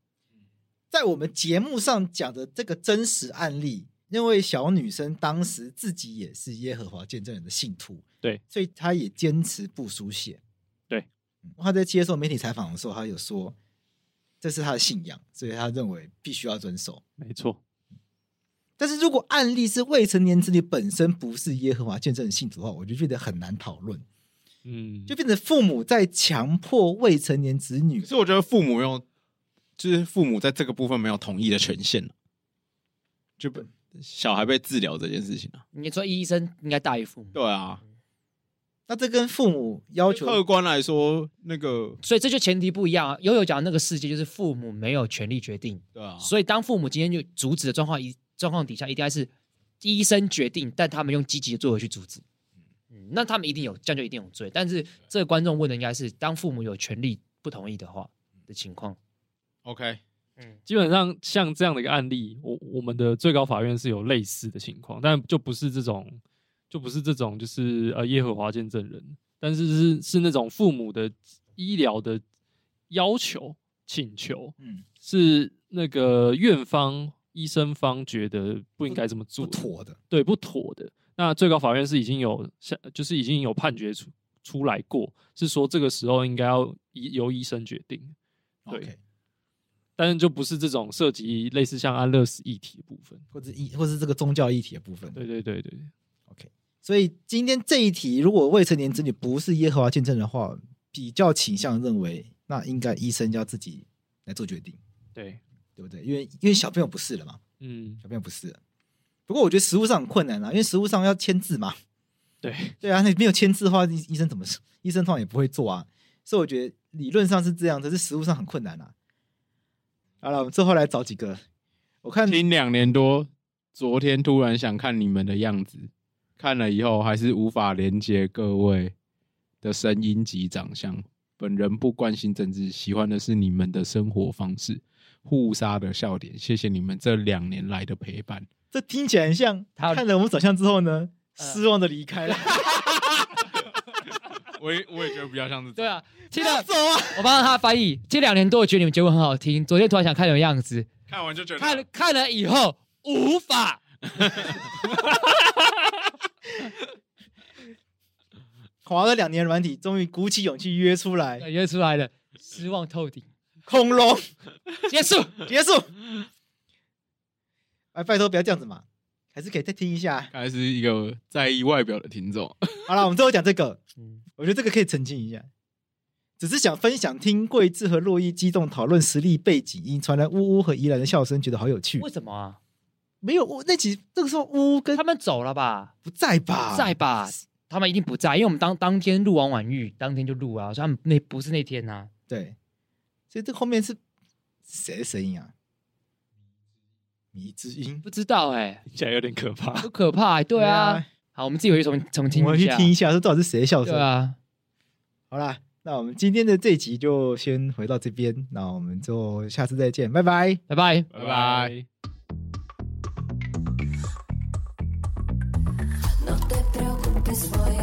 [SPEAKER 3] 在我们节目上讲的这个真实案例，那位小女生当时自己也是耶和华见证人的信徒，
[SPEAKER 6] 对，
[SPEAKER 3] 所以她也坚持不书写。
[SPEAKER 6] 对
[SPEAKER 3] 嗯，她在接受媒体采访的时候，她有说这是她的信仰，所以她认为必须要遵守。
[SPEAKER 6] 没错，
[SPEAKER 3] 但是如果案例是未成年子女本身不是耶和华见证人信徒的话，我就觉得很难讨论，
[SPEAKER 6] 嗯，
[SPEAKER 3] 就变成父母在强迫未成年子女
[SPEAKER 5] 可是我觉得父母用，就是父母在这个部分没有同意的权限啊就被小孩被治疗这件事情啊。
[SPEAKER 2] 你说医生应该大于父母，
[SPEAKER 5] 对啊，
[SPEAKER 3] 那这跟父母要求
[SPEAKER 5] 客观来说，那个
[SPEAKER 2] 所以这就前提不一样啊。悠悠讲的那个世界就是父母没有权利决定，
[SPEAKER 5] 对啊，
[SPEAKER 2] 所以当父母今天就阻止的状况一状况底下，一定还是医生决定，但他们用积极的作为去阻止。嗯，那他们一定有这样就一定有罪。但是这个观众问的应该是，当父母有权利不同意的话的情况，
[SPEAKER 5] OK，
[SPEAKER 2] 嗯，
[SPEAKER 6] 基本上像这样的一个案例，我我们的最高法院是有类似的情况，但就不是这种，就不是这种，就是呃耶和华见证人，但是是是那种父母的医疗的要求请求，
[SPEAKER 3] 嗯
[SPEAKER 6] 是那个院方医生方觉得不应该这么做
[SPEAKER 3] 不
[SPEAKER 6] 的，
[SPEAKER 3] 妥的，
[SPEAKER 6] 对不妥的。那最高法院是已经有下，就是已经有判决出出来过，是说这个时候应该要医由医生决定，对
[SPEAKER 3] OK
[SPEAKER 6] 但是就不是这种涉及类似像安乐死议题的部分。
[SPEAKER 3] 或者一或是这个宗教议题的部分。
[SPEAKER 6] 对对对对，
[SPEAKER 3] 所以今天这一题，如果未成年子女不是耶和华见证的话，比较倾向认为那应该医生要自己来做决定，
[SPEAKER 6] 对，
[SPEAKER 3] 对不对？因为因为小朋友不是了嘛，
[SPEAKER 6] 嗯，
[SPEAKER 3] 小朋友不是了。不过我觉得实物上很困难啊，因为实物上要签字嘛。
[SPEAKER 6] 对，
[SPEAKER 3] 对啊，你没有签字的话，医医生怎么医生通常也不会做啊。所以我觉得理论上是这样，但是实物上很困难啊。好了，我们最后来找几个，我看
[SPEAKER 5] 听两年多，昨天突然想看你们的样子，看了以后还是无法连接各位的声音及长相。本人不关心政治，喜欢的是你们的生活方式，互杀的笑点。谢谢你们这两年来的陪伴。
[SPEAKER 3] 这听起来很像，
[SPEAKER 2] 他有
[SPEAKER 3] 看了我们长相之后呢，
[SPEAKER 2] 呃
[SPEAKER 3] 失望的离开了。
[SPEAKER 5] 我也我也觉得比较像是
[SPEAKER 2] 对啊，听了
[SPEAKER 3] 走啊！
[SPEAKER 2] 我帮他翻译，这两年多我觉得你们节目很好听，昨天突然想看你们样子，
[SPEAKER 5] 看完就觉
[SPEAKER 2] 看了看了以后无法。
[SPEAKER 3] 滑了两年软体，终于鼓起勇气约出来。
[SPEAKER 2] 感觉出来了，失望透顶，
[SPEAKER 3] 恐龙
[SPEAKER 2] 结束。
[SPEAKER 3] 结束。哎，拜托不要这样子嘛，还是可以再听一下。
[SPEAKER 5] 看来是一个在意外表的听众。
[SPEAKER 3] 好了，我们最后讲这个，
[SPEAKER 2] 嗯
[SPEAKER 3] 我觉得这个可以澄清一下。只是想分享听桂智和洛伊激动讨论实力背景音，传来呜呜和怡然的笑声，觉得好有趣
[SPEAKER 2] 为。什么啊？
[SPEAKER 3] 没有，我那集那个时候呜呜跟
[SPEAKER 2] 他们走了吧？
[SPEAKER 3] 不在吧？
[SPEAKER 2] 在吧？他们一定不在，因为我们当当天录完婉玉，当天就录啊，所以他们那不是那天啊呐、
[SPEAKER 3] 对，所以这后面是谁的声音啊？迷之音，
[SPEAKER 2] 不知道哎、
[SPEAKER 6] 听起来有点可 怕。
[SPEAKER 2] 好可怕、欸，对啊。
[SPEAKER 3] 对啊
[SPEAKER 2] 好，我们自己回去重重听
[SPEAKER 3] 我们
[SPEAKER 2] 一
[SPEAKER 3] 去
[SPEAKER 2] 下。
[SPEAKER 3] 听一下，说到底是谁的笑声
[SPEAKER 2] 对？啊，
[SPEAKER 3] 好啦，那我们今天的这一集就先回到这边，那我们就下次再见，拜拜。
[SPEAKER 2] 拜拜。
[SPEAKER 5] 拜拜。
[SPEAKER 7] No te preocupes, voy